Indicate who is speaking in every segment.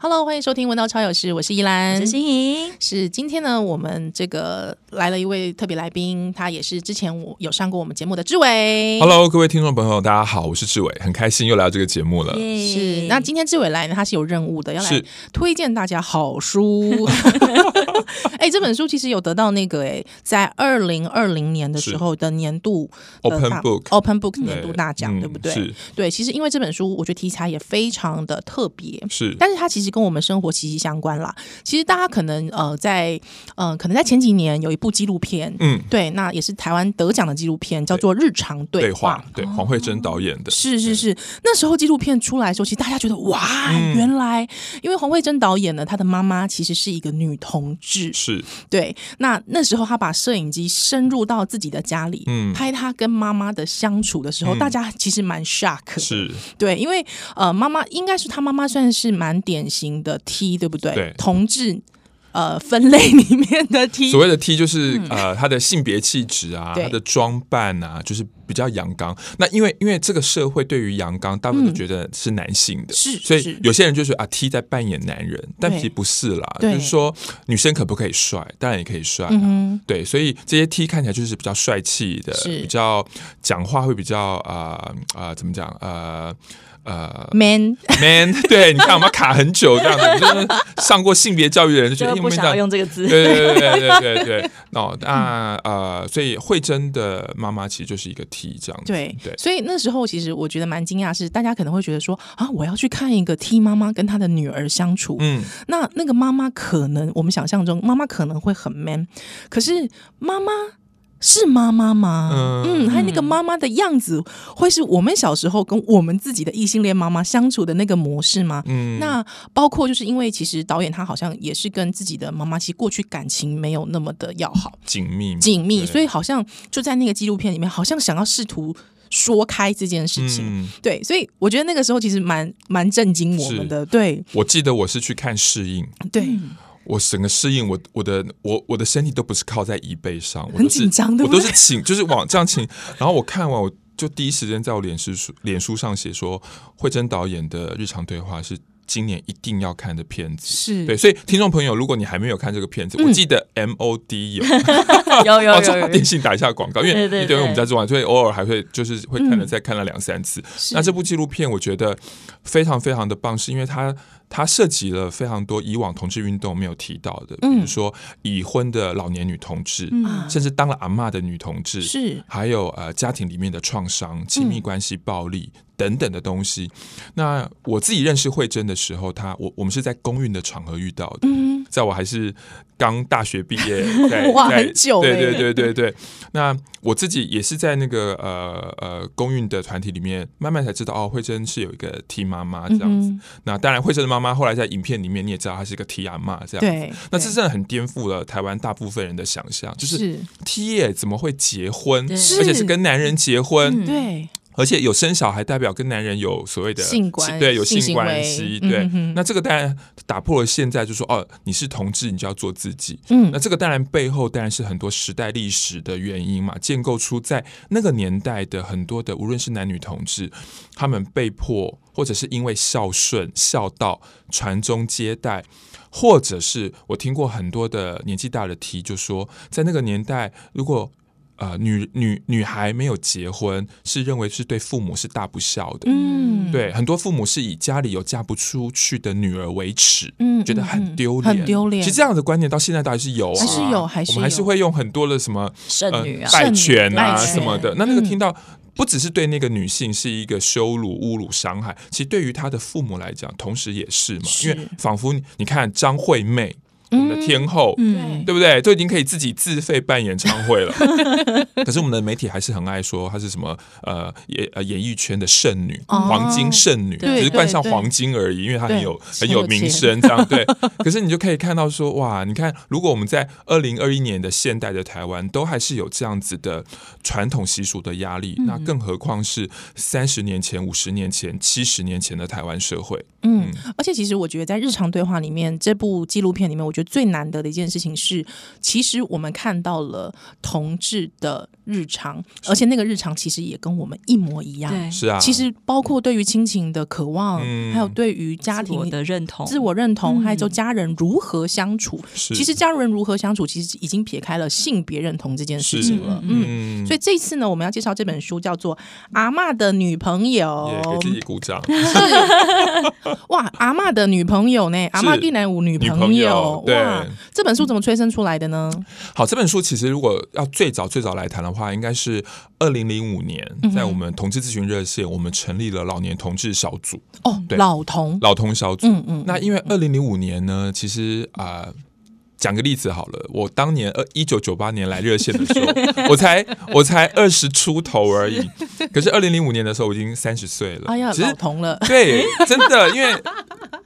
Speaker 1: Hello，欢迎收听《文道超有事》，我是依兰
Speaker 2: 我是。心怡，
Speaker 1: 是今天呢，我们这个来了一位特别来宾，他也是之前我有上过我们节目的志伟。
Speaker 3: Hello，各位听众朋友，大家好，我是志伟，很开心又来到这个节目了。
Speaker 1: 是，那今天志伟来呢，他是有任务的，要来
Speaker 3: 是
Speaker 1: 推荐大家好 书。哎、这本书其实有得到那个哎、在二零二零年的时候的年度的
Speaker 3: Open
Speaker 1: 大
Speaker 3: Book
Speaker 1: Open Book
Speaker 3: 对
Speaker 1: 年度大奖，
Speaker 3: 嗯
Speaker 1: 对不对
Speaker 3: 是？
Speaker 1: 对，其实因为这本书，我觉得题材也非常的特别。
Speaker 3: 是，
Speaker 1: 但是它其实跟我们生活息息相关啦。其实大家可能呃，在呃，可能在前几年有一部纪录片，
Speaker 3: 嗯，
Speaker 1: 对，那也是台湾得奖的纪录片，叫做《日常对
Speaker 3: 对
Speaker 1: 话》哦
Speaker 3: 话，对，黄慧珍导演的，
Speaker 1: 是是是，那时候纪录片出来的时候，其实大家觉得哇，
Speaker 3: 嗯
Speaker 1: 原来因为黄慧珍导演呢，她的妈妈其实是一个女同志，
Speaker 3: 是，
Speaker 1: 对。那那时候她把摄影机深入到自己的家里，
Speaker 3: 嗯
Speaker 1: 拍她跟妈妈的相处的时候，
Speaker 3: 嗯
Speaker 1: 大家其实蛮 shock，的
Speaker 3: 是，
Speaker 1: 对，因为呃，妈妈应该是她妈妈算是蛮典型的 T，对不对？
Speaker 3: 对
Speaker 1: 同志呃分类里面的 T，嗯
Speaker 3: 所谓的 T 就是呃，他的性别气质啊，
Speaker 1: 对
Speaker 3: 他的装扮啊，就是比较阳刚。那因为因为这个社会对于阳刚，大部分都觉得是男性的，
Speaker 1: 嗯是
Speaker 3: 所
Speaker 1: 是
Speaker 3: 以有些人就说啊，T 在扮演男人，但
Speaker 1: 对
Speaker 3: 其实不是啦，就
Speaker 1: 对
Speaker 3: 是说女生可不可以帅，当然也可以帅啊、
Speaker 1: 嗯
Speaker 3: 对，所以这些 T 看起来就是比较帅气的，
Speaker 1: 是
Speaker 3: 比较讲话会比较啊啊、呃怎么讲呃呃
Speaker 1: 哼，man，
Speaker 3: man，对 你看我们卡很久这样子，就是上过性别教育的人就 觉得
Speaker 2: 就
Speaker 3: 哎
Speaker 2: 不
Speaker 3: 我们
Speaker 2: 想要
Speaker 3: 讲
Speaker 2: 用这个字。
Speaker 3: 对对对对对对对，哦，那
Speaker 1: 嗯
Speaker 3: 呃，所以慧珍的妈妈其实就是一个 T 这样子，
Speaker 1: 对
Speaker 3: 对
Speaker 1: 所以那时候其实我觉得蛮惊讶，是大家可能会觉得说啊，我要去看一个 T 妈妈跟她的女儿相处，
Speaker 3: 嗯，
Speaker 1: 那那个妈妈可能我们想象中妈妈可能会很 man，可是妈妈。是妈妈吗？
Speaker 3: 嗯
Speaker 1: 嗯，还有那个妈妈的样子，会是我们小时候跟我们自己的异性恋妈妈相处的那个模式吗？
Speaker 3: 嗯
Speaker 1: 那包括就是因为其实导演他好像也是跟自己的妈妈，其实过去感情没有那么的要好
Speaker 3: 紧密嘛
Speaker 1: 紧密，
Speaker 3: 嗯对
Speaker 1: 所以好像就在那个纪录片里面，好像想要试图说开这件事情。
Speaker 3: 嗯，
Speaker 1: 对，所以我觉得那个时候其实蛮蛮震惊我们的，对
Speaker 3: 我记得我是去看适应，
Speaker 1: 对，
Speaker 3: 我整个适应我我的我我的身体都不是靠在椅背上，我
Speaker 1: 很
Speaker 3: 都是
Speaker 1: 紧张对不
Speaker 3: 我都
Speaker 1: 对
Speaker 3: 是请， 就是往这样请。然后我看完，我就第一时间在我脸书脸书上写说，慧珍导演的日常对话是今年一定要看的片子。
Speaker 1: 是，嗯
Speaker 3: 对，所以听众朋友，如果你还没有看这个片子，我记得 M O D 有，
Speaker 2: 有有
Speaker 3: 哦，
Speaker 2: 有
Speaker 3: 这
Speaker 2: 有
Speaker 3: 电信打一下广告，因为
Speaker 2: 对
Speaker 3: 因
Speaker 2: 对
Speaker 3: 为我们
Speaker 2: 对
Speaker 3: 在做完，所以偶尔还会就是会看了
Speaker 1: 嗯
Speaker 3: 再看了两三次。
Speaker 1: 是
Speaker 3: 那这部纪录片我觉得非常非常的棒，是因为它它涉及了非常多以往同志运动没有提到的，比
Speaker 1: 嗯
Speaker 3: 如说已婚的老年女同志，
Speaker 1: 啊
Speaker 3: 甚至当了阿嬷的女同志，
Speaker 1: 是
Speaker 3: 还有呃家庭里面的创伤、亲密关系暴力。等等的东西。那我自己认识慧珍的时候，她我我们是在公运的场合遇到的，
Speaker 1: 嗯
Speaker 3: 在我还是刚大学毕 业，在
Speaker 1: 哇
Speaker 3: 在
Speaker 1: 很久
Speaker 3: 对
Speaker 1: 欸
Speaker 3: 对对对对。那我自己也是在那个呃呃公运的团体里面，慢慢才知道哦，慧珍是有一个 T 妈妈这
Speaker 1: 嗯
Speaker 3: 样子。
Speaker 1: 哼，
Speaker 3: 那当然，慧珍的妈妈后来在影片里面你也知道，她是一个 T 阿妈这样子。
Speaker 1: 对，
Speaker 3: 那
Speaker 1: 对
Speaker 3: 这真的很颠覆了台湾大部分人的想象，就是 T 耶怎么会结婚，
Speaker 2: 对
Speaker 3: 而且是跟男人结婚，
Speaker 2: 嗯
Speaker 1: 对
Speaker 3: 而且有生小孩，代表跟男人有所谓的
Speaker 1: 性关
Speaker 3: 对有
Speaker 1: 性行
Speaker 3: 性
Speaker 1: 为
Speaker 3: 关系，
Speaker 1: 嗯
Speaker 3: 对。
Speaker 1: 哼哼
Speaker 3: 那这个当然打破了现在就说哦，你是同志，你就要做自己。
Speaker 1: 嗯
Speaker 3: 那这个当然背后当然是很多时代历史的原因嘛，建构出在那个年代的很多的，无论是男女同志，他们被迫或者是因为孝顺、孝道、传宗接代。或者是我听过很多的年纪大的提，就说在那个年代，如果呃女女女孩没有结婚，是认为是对父母是大不孝的。
Speaker 1: 嗯，
Speaker 3: 对，很多父母是以家里有嫁不出去的女儿为耻，
Speaker 1: 嗯
Speaker 3: 觉得很丢
Speaker 1: 嗯嗯
Speaker 3: 脸，
Speaker 1: 很丢脸
Speaker 3: 其实这样的观念到现在到底是有啊，
Speaker 1: 还是有还是
Speaker 3: 我们还是
Speaker 1: 有
Speaker 3: 会用很多的什么
Speaker 2: 剩女啊，
Speaker 3: 拜呃权啊
Speaker 1: 剩女
Speaker 3: 什么
Speaker 2: 拜
Speaker 3: 的。
Speaker 1: 权
Speaker 3: 那那个
Speaker 1: 嗯
Speaker 3: 听到。不只是对那个女性是一个羞辱、侮辱、伤害，其实对于她的父母来讲，同时也是嘛，
Speaker 1: 是
Speaker 3: 因为仿佛你你看张惠妹，我们的天后，
Speaker 2: 嗯，
Speaker 3: 对不对？都已经可以自己自费办演唱会了。可是我们的媒体还是很爱说她是什么呃演呃演艺圈的剩女，
Speaker 1: 哦
Speaker 3: 黄金剩女，
Speaker 1: 对
Speaker 3: 只是冠上
Speaker 1: 对对
Speaker 3: 黄金而已，因为她很有
Speaker 1: 对
Speaker 3: 很有
Speaker 1: 很有
Speaker 3: 名声，这样对。可是你就可以看到说，哇，你看，如果我们在二零二一年的现代的台湾，都还是有这样子的传统习俗的压力，
Speaker 1: 嗯
Speaker 3: 那更何况是三十年前、五十年前、七十年前的台湾社会。
Speaker 1: 嗯，而且其实我觉得在日常对话里面，这部纪录片里面，我觉得最难得的一件事情是，其实我们看到了同志的日常，而且那个日常其实也跟我们一模一样。
Speaker 2: 嗯对，
Speaker 3: 是啊，
Speaker 1: 其实包括对于亲情的渴望，
Speaker 3: 嗯
Speaker 1: 还有对于家
Speaker 2: 自我
Speaker 1: 庭
Speaker 2: 的认同，
Speaker 1: 自我认同，
Speaker 2: 嗯
Speaker 1: 还有就家人如何相处。
Speaker 3: 是
Speaker 1: 其实家人如何相处，其实已经撇开了性别认同这件事情了。嗯，
Speaker 3: 嗯
Speaker 1: 所以这次呢，我们要介绍这本书叫做《阿嬷的女朋友
Speaker 3: 也》给自己鼓掌。
Speaker 1: 哇，阿嬷的女朋友呢？阿嬷竟然有女朋
Speaker 3: 女朋友对
Speaker 1: 哇，这本书怎么催生出来的呢？
Speaker 3: 好，这本书其实如果要最早最早来谈的话，应该是二零零五年，
Speaker 1: 嗯
Speaker 3: 在我们同志咨询热线，我们成立了老年同志小组，
Speaker 1: 哦，
Speaker 3: 对
Speaker 1: 老童，
Speaker 3: 老同小组。
Speaker 1: 嗯嗯，
Speaker 3: 那因为二零零五年呢，其实啊。呃讲个例子好了，我当年呃一九九八年来热线的 时候，我才我才二十出头而已，可是二零零五年的时候我已经三十岁了。
Speaker 1: 哎呀，
Speaker 3: 其实
Speaker 1: 老童了，
Speaker 3: 对，真的，因为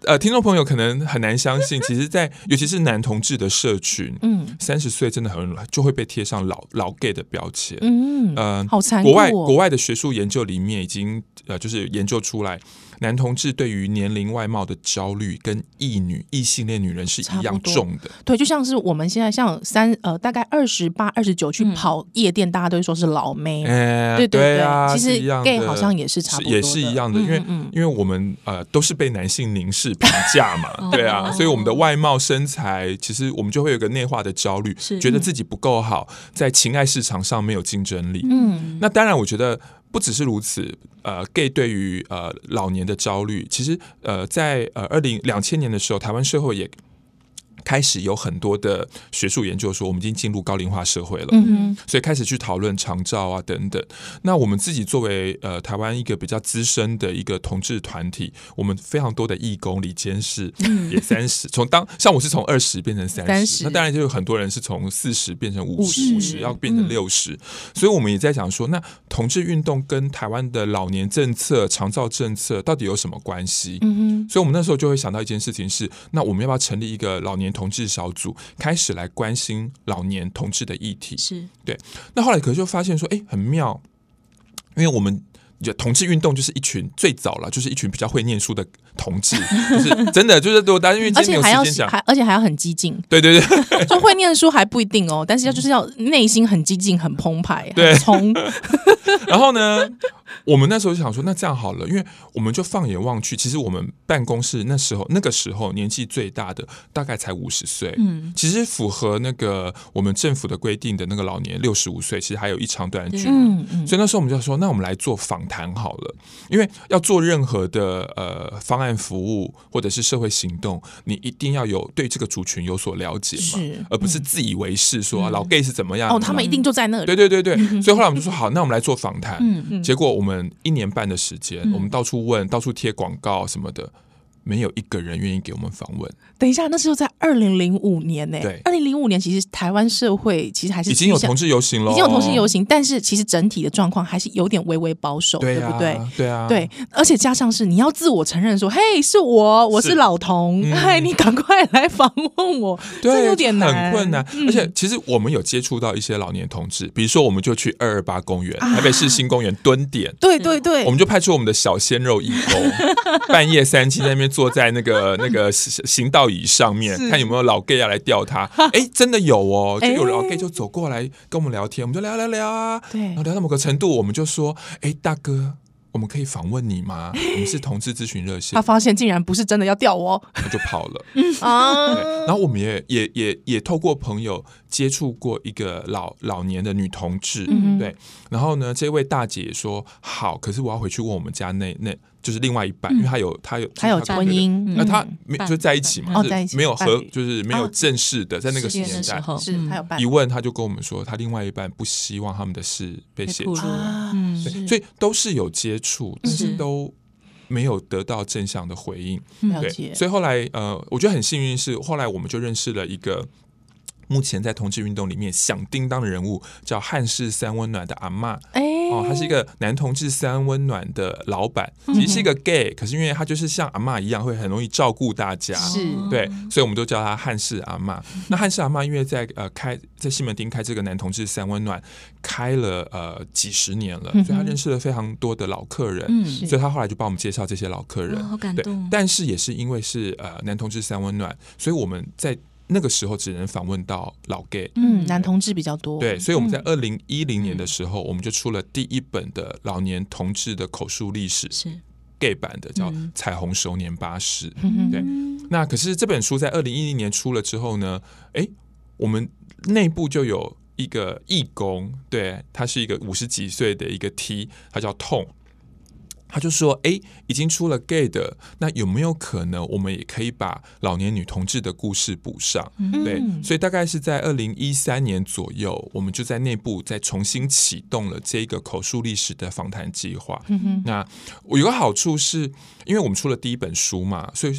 Speaker 3: 呃，听众朋友可能很难相信，其实在，尤其是男同志的社群，
Speaker 1: 嗯
Speaker 3: 三十岁真的很就会被贴上老老 gay 的标签。
Speaker 1: 嗯，
Speaker 3: 嗯
Speaker 1: 好残酷哦
Speaker 3: 国外国外的学术研究里面已经呃，就是研究出来，男同志对于年龄外貌的焦虑跟异女异性恋女人是一
Speaker 1: 差不
Speaker 3: 样
Speaker 1: 多
Speaker 3: 重的。
Speaker 1: 对，就像是我们现在像三呃，大概二十八、二十九去跑夜店，大家都会说是老妹，
Speaker 3: 哎
Speaker 1: 对对对
Speaker 3: 啊，
Speaker 1: 其实
Speaker 3: 是一样
Speaker 1: gay
Speaker 3: 的
Speaker 1: 好像也是差不多
Speaker 3: 也
Speaker 1: 的
Speaker 3: 是一样的，因为
Speaker 1: 嗯嗯嗯
Speaker 3: 因为我们呃都是被男性凝视 评价
Speaker 1: 哦
Speaker 3: 嘛，对啊，所以我们的外貌身材，其实我们就会有一个内化的焦虑
Speaker 2: 是，
Speaker 3: 觉得自己不够好，在情爱市场上没有竞争力。
Speaker 1: 嗯，
Speaker 3: 那当然，我觉得不只是如此。呃，gay 对于呃老年的焦虑，其实呃在呃二零两千年的时候，台湾社会也开始有很多的学术研究说，我们已经进入高龄化社会了。
Speaker 1: 嗯
Speaker 3: 所以开始去讨论长照啊等等。那我们自己作为呃台湾一个比较资深的一个同志团体，我们非常多的义工，李监事也三十，从当像我是从二十变成嗯三
Speaker 1: 30
Speaker 3: 十，那当然就有很多人是从四十变成五
Speaker 1: 50
Speaker 3: 十，五嗯十要变成六十、所以我们也在想说，那同志运动跟台湾的老年政策、长照政策到底有什么关系？
Speaker 1: 哼，嗯
Speaker 3: 所以，我们那时候就会想到一件事情是：那我们要不要成立一个老年同志小组，开始来关心老年同志的议题？
Speaker 2: 是
Speaker 3: 那后来可能就发现说，哎、很妙，因为我们。就同志运动就是一群最早了，就是一群比较会念书的同志， 就是真的就是对我大家因为
Speaker 1: 哼，而
Speaker 3: 今
Speaker 1: 且
Speaker 3: 天没
Speaker 1: 还
Speaker 3: 有
Speaker 1: 要
Speaker 3: 时间讲，
Speaker 1: 还而且还要很激 进，
Speaker 3: 对对对，
Speaker 1: 就会念书还不一定哦，但是要就是要内心很激进、很澎湃、
Speaker 3: 对
Speaker 1: 很冲，
Speaker 3: 然后呢，我们那时候就想说，那这样好了，因为我们就放眼望去，其实我们办公室那时候那个时候年纪最大的大概才五十岁，嗯，其实符合那个我们政府的规定的那个老年六十五岁，其实还有一长段距离。
Speaker 1: 嗯嗯，
Speaker 3: 所以那时候我们就说，那我们来做访谈好了，因为要做任何的呃方案服务或者是社会行动，你一定要有对这个族群有所了解
Speaker 1: 是嗯
Speaker 3: 嘛，而不是自以为是说、啊老 gay 是怎么样
Speaker 1: 哦，他们一定嗯就在那里，
Speaker 3: 对对对对，所以后来我们就说好，那我们来做访谈。
Speaker 2: 嗯
Speaker 3: 结果我们一年半的时间，
Speaker 1: 嗯
Speaker 3: 我们到处问，到处贴广告什么的，没有一个人愿意给我们访问。
Speaker 1: 等一下，那时候在二零零五年呢、
Speaker 3: 对
Speaker 1: 二零零五年其实台湾社会其实还是
Speaker 3: 已经有
Speaker 1: 趋向
Speaker 3: 同志游行了，
Speaker 1: 已经有同性游行，但是其实整体的状况还是有点微微保守，
Speaker 3: 对
Speaker 1: 对,、
Speaker 3: 啊
Speaker 1: 不对？？
Speaker 3: 对啊，
Speaker 1: 对，而且加上是你要自我承认说，嘿，是我，我是
Speaker 3: 是
Speaker 1: 老童，
Speaker 3: 嗯
Speaker 1: 嗨、你赶快来访问 我，
Speaker 3: 对，
Speaker 1: 这有点难，嗯
Speaker 3: 很困难。而且其实我们有接触到一些老年同志，比如说我们就去二二八公园、台北市新公园蹲点。
Speaker 1: 对对啊对
Speaker 3: 我，们就派出我们的小鲜肉义 工，半夜三更在那边坐在那个那个行行道椅上面，看有没有老 gay 要来钓他。哎，真的有哦，就有老
Speaker 1: 哎
Speaker 3: gay 就走过来跟我们聊天，我们就聊聊聊啊，
Speaker 1: 对
Speaker 3: 然后聊到某个程度，我们就说，哎，大哥。我们可以访问你吗？我们是同志咨询热线
Speaker 1: 他，发现竟然不是真的要掉 我
Speaker 3: 他就跑了。
Speaker 1: 啊，
Speaker 3: 对，然后我们也也也也透过朋友接触过一个老老年的女同志，
Speaker 1: 嗯
Speaker 3: 对，然后呢，这位大姐说好，可是我要回去问我们家那那就是另外一半，因为她有她有
Speaker 1: 嗯还有
Speaker 3: 她
Speaker 1: 婚姻，
Speaker 3: 那她
Speaker 1: 嗯
Speaker 3: 没
Speaker 2: 伴
Speaker 3: 就在一起嘛，
Speaker 1: 哦
Speaker 3: 就是
Speaker 1: 在一起
Speaker 3: 没有
Speaker 1: 伴
Speaker 3: 和
Speaker 1: 侣哦
Speaker 3: 就是没有正式的，在那个
Speaker 2: 是那
Speaker 3: 年
Speaker 2: 时
Speaker 3: 代。
Speaker 2: 候嗯
Speaker 1: 是还有伴
Speaker 3: 一问，她就跟我们说，她另外一半不希望他们的事被
Speaker 2: 被
Speaker 3: 写
Speaker 2: 曝
Speaker 3: 出
Speaker 2: 露
Speaker 3: 来，
Speaker 2: 了，
Speaker 1: 啊
Speaker 2: 嗯，
Speaker 1: 嗯
Speaker 3: 对，所以都是有接触，但是
Speaker 2: 是
Speaker 3: 都没有得到正向的回应。
Speaker 1: 了
Speaker 3: 对，
Speaker 1: 解，
Speaker 3: 所以后来呃，我觉得很幸运是后来我们就认识了一个。目前在同志运动里面响叮当的人物叫汉室三温暖的阿嬷
Speaker 1: 哎、
Speaker 3: 哦，他是一个男同志三温暖的老板，
Speaker 1: 嗯
Speaker 3: 其实是一个 gay，可是因为他就是像阿嬷一样会很容易照顾大家，
Speaker 1: 是
Speaker 2: 哦
Speaker 1: 哦
Speaker 3: 对，所以我们都叫他汉室阿嬷。那汉室阿嬷因为在呃开在西门町开这个男同志三温暖开了呃几十年了，
Speaker 1: 嗯
Speaker 3: 所以他认识了非常多的老客人，
Speaker 2: 嗯哦
Speaker 1: 是
Speaker 3: 所以他后来就帮我们介绍这些老客人，
Speaker 1: 哦
Speaker 2: 哇好感
Speaker 3: 对
Speaker 2: 动，
Speaker 3: 但是也是因为是呃男同志三温暖，所以我们在那个时候只能访问到老 gay。
Speaker 1: 嗯，男同志比较多，
Speaker 3: 对，所以我们
Speaker 2: 嗯
Speaker 3: 在二零一零年的时候，我们就出了第一本的老年同志的口述历史
Speaker 2: 是
Speaker 3: gay 版的，叫
Speaker 2: 嗯
Speaker 3: 《彩虹熟年巴士》。
Speaker 1: 嗯哼，
Speaker 3: 对，那可是这本书在二零一零年出了之后呢，诶，我们内部就有一个义工，对他是一个五十几岁的一个 T，他叫痛。他就说：“诶，已经出了 gay 的，那有没有可能我们也可以把老年女同志的故事补上？对，
Speaker 1: 嗯
Speaker 3: 所以大概是在二零一三年左右，我们就在内部再重新启动了这个口述历史的访谈计划。
Speaker 1: 嗯哼，
Speaker 3: 那我有个好处是，因为我们出了第一本书嘛，所以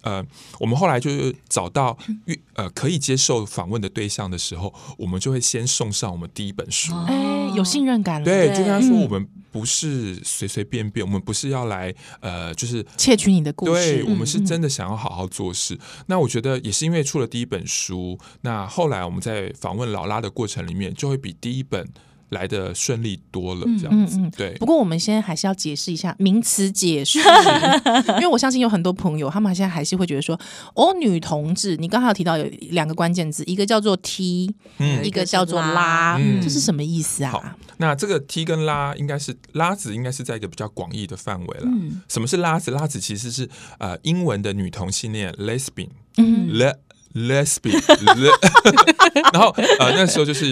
Speaker 3: 呃，我们后来就是找到遇呃可以接受访问的对象的时候，我们就会先送上我们第一本书。
Speaker 2: 哦
Speaker 1: 哎、有信任感了，
Speaker 3: 对，就跟他说，
Speaker 1: 嗯
Speaker 3: 我们不是随随便便，我们不是要来呃，就是
Speaker 1: 窃取你的故事，
Speaker 3: 对我们是
Speaker 1: 嗯
Speaker 3: 真的想要好好做事。那我觉得也是因为出了第一本书，那后来我们在访问老拉的过程里面，就会比第一本来的顺利多了，这样
Speaker 1: 嗯
Speaker 3: 子。
Speaker 1: 嗯，
Speaker 3: 对
Speaker 1: 不，过我们现在还是要解释一下名词解 释，因为我相信有很多朋友，他们现在还是会觉得说，哦，女同志，你刚才有提到有两个关键字，一个叫做 T，
Speaker 3: 嗯
Speaker 1: 一个叫做
Speaker 2: 拉
Speaker 1: 拉，
Speaker 3: 嗯
Speaker 1: 这是什么意思
Speaker 3: 好
Speaker 1: 啊？
Speaker 3: 那这个踢跟拉应该是拉子，应该是在一个比较广义的范围了。
Speaker 2: 嗯
Speaker 3: 什么是拉子？拉子其实是呃英文的女同性恋 lesbian
Speaker 1: 嗯，
Speaker 3: le lesbian，le 然后呃那时候就是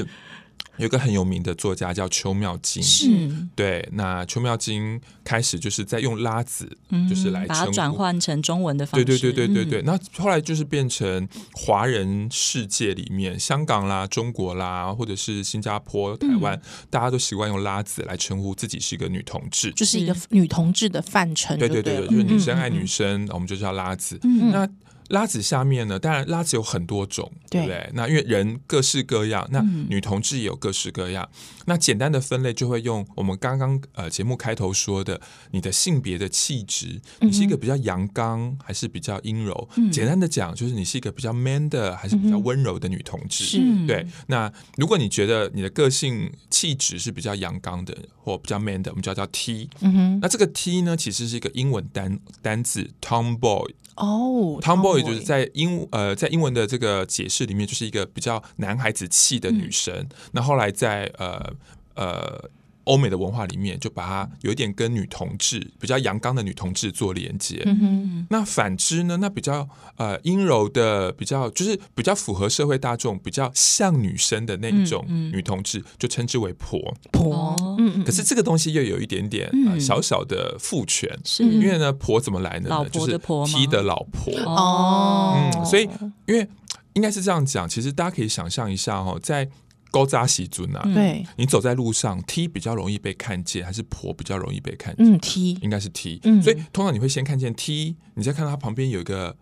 Speaker 3: 有一个很有名的作家叫邱妙金，
Speaker 1: 是
Speaker 3: 对，那邱妙金开始就是在用拉子，
Speaker 2: 嗯
Speaker 3: 就是来
Speaker 2: 把它
Speaker 3: 称呼
Speaker 2: 转换成中文的方
Speaker 3: 对
Speaker 2: 式，嗯
Speaker 3: 对对对对对，那后来就是变成华人世界里面，香港啦、中国啦，或者是新加坡、台湾，
Speaker 2: 嗯
Speaker 3: 大家都习惯用拉子来称呼自己是一个女同志。
Speaker 1: 就是一个女同志的范畴，
Speaker 3: 对
Speaker 1: 对
Speaker 3: 对对
Speaker 1: 了
Speaker 3: 对，就是女生
Speaker 1: 嗯
Speaker 3: 爱女
Speaker 1: 嗯
Speaker 3: 生，我们就叫拉子。
Speaker 2: 嗯
Speaker 3: 那拉子下面呢，当然拉子有很多种，
Speaker 1: 对
Speaker 3: 对不对？那因为人各式各样，那
Speaker 2: 嗯
Speaker 3: 女同志也有各式各样。那简单的分类就会用我们刚刚呃节目开头说的，你的性别的气质，你
Speaker 1: 嗯
Speaker 3: 是一个比较阳刚还是比较阴柔？简单的讲，就是你是一个比较 man 的还是比较温柔的女同志。
Speaker 1: 嗯是
Speaker 2: 嗯
Speaker 3: 对，那如果你觉得你的个性气质是比较阳刚的或比较 man 的，我们就叫 T。
Speaker 1: 嗯哼，
Speaker 3: 那这个 T 呢，其实是一个英文单单字 tomboy。
Speaker 1: 哦
Speaker 3: tomboy 就是在英呃在英文的这个解释里面，就是一个比较男孩子气的女生。那后来在呃呃欧美的文化里面，就把它有一点跟女同志比较阳刚的女同志做连接。
Speaker 1: 嗯哼，
Speaker 3: 那反之呢？那比较呃阴柔的，比较就是比较符合社会大众，比较像女生的那一种
Speaker 2: 嗯嗯
Speaker 3: 女同志，就称之为婆。
Speaker 1: 婆，
Speaker 2: 哦，
Speaker 1: 嗯嗯，
Speaker 3: 可是这个东西又有一点点、呃、
Speaker 2: 嗯
Speaker 3: 小小的父权，
Speaker 2: 是
Speaker 3: 因为呢，婆怎么来的
Speaker 2: 嗯
Speaker 3: 呢？
Speaker 2: 老婆的婆吗
Speaker 3: 就是 T 的老婆。
Speaker 1: 哦，
Speaker 3: 嗯，所以因为应该是这样讲，其实大家可以想象一下哦，在高扎喜尊啊，
Speaker 2: 嗯
Speaker 1: 对，
Speaker 3: 你走在路上，T 比较容易被看见，还是婆比较容易被看见？
Speaker 1: 嗯 T
Speaker 3: 应该是 T，、
Speaker 1: 嗯
Speaker 3: 所以通常你会先看见 T，你再看到她旁边有一个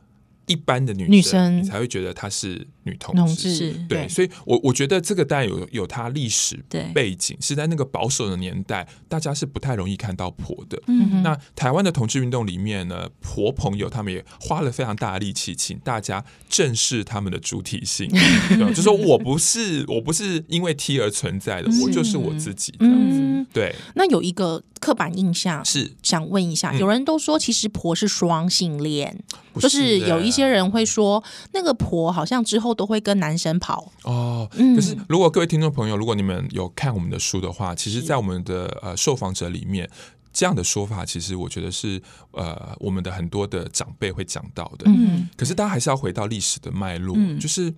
Speaker 3: 一般的女
Speaker 1: 女生
Speaker 3: 你才会觉得她是女同
Speaker 1: 同
Speaker 3: 志。
Speaker 1: 志
Speaker 2: 是，
Speaker 3: 对，所以我我觉得这个当然有有它历史
Speaker 2: 对
Speaker 3: 背景，是在那个保守的年代，大家是不太容易看到婆的。
Speaker 1: 嗯哼
Speaker 3: 那台湾的同志运动里面呢，婆朋友他们也花了非常大的力气，请大家正视他们的主 体性，对吧就说我不是我不是因为 T 而存在的，我就是我自己这样子。
Speaker 1: 嗯，
Speaker 3: 对，
Speaker 1: 那有一个刻板印象
Speaker 3: 是
Speaker 1: 想问一下，
Speaker 3: 嗯
Speaker 1: 有人都说其实婆是双性恋，
Speaker 3: 不
Speaker 1: 就是是有一些
Speaker 3: 欸
Speaker 1: 人会说那个婆好像之后都会跟男生跑，
Speaker 3: 哦。
Speaker 1: 嗯
Speaker 3: 可是，如果各位听众朋友，如果你们有看我们的书的话，其实，在我们的呃受访者里面。这样的说法，其实我觉得是呃，我们的很多的长辈会讲到的。
Speaker 1: 嗯
Speaker 3: 可是大家还是要回到历史的脉络，
Speaker 2: 嗯
Speaker 3: 就是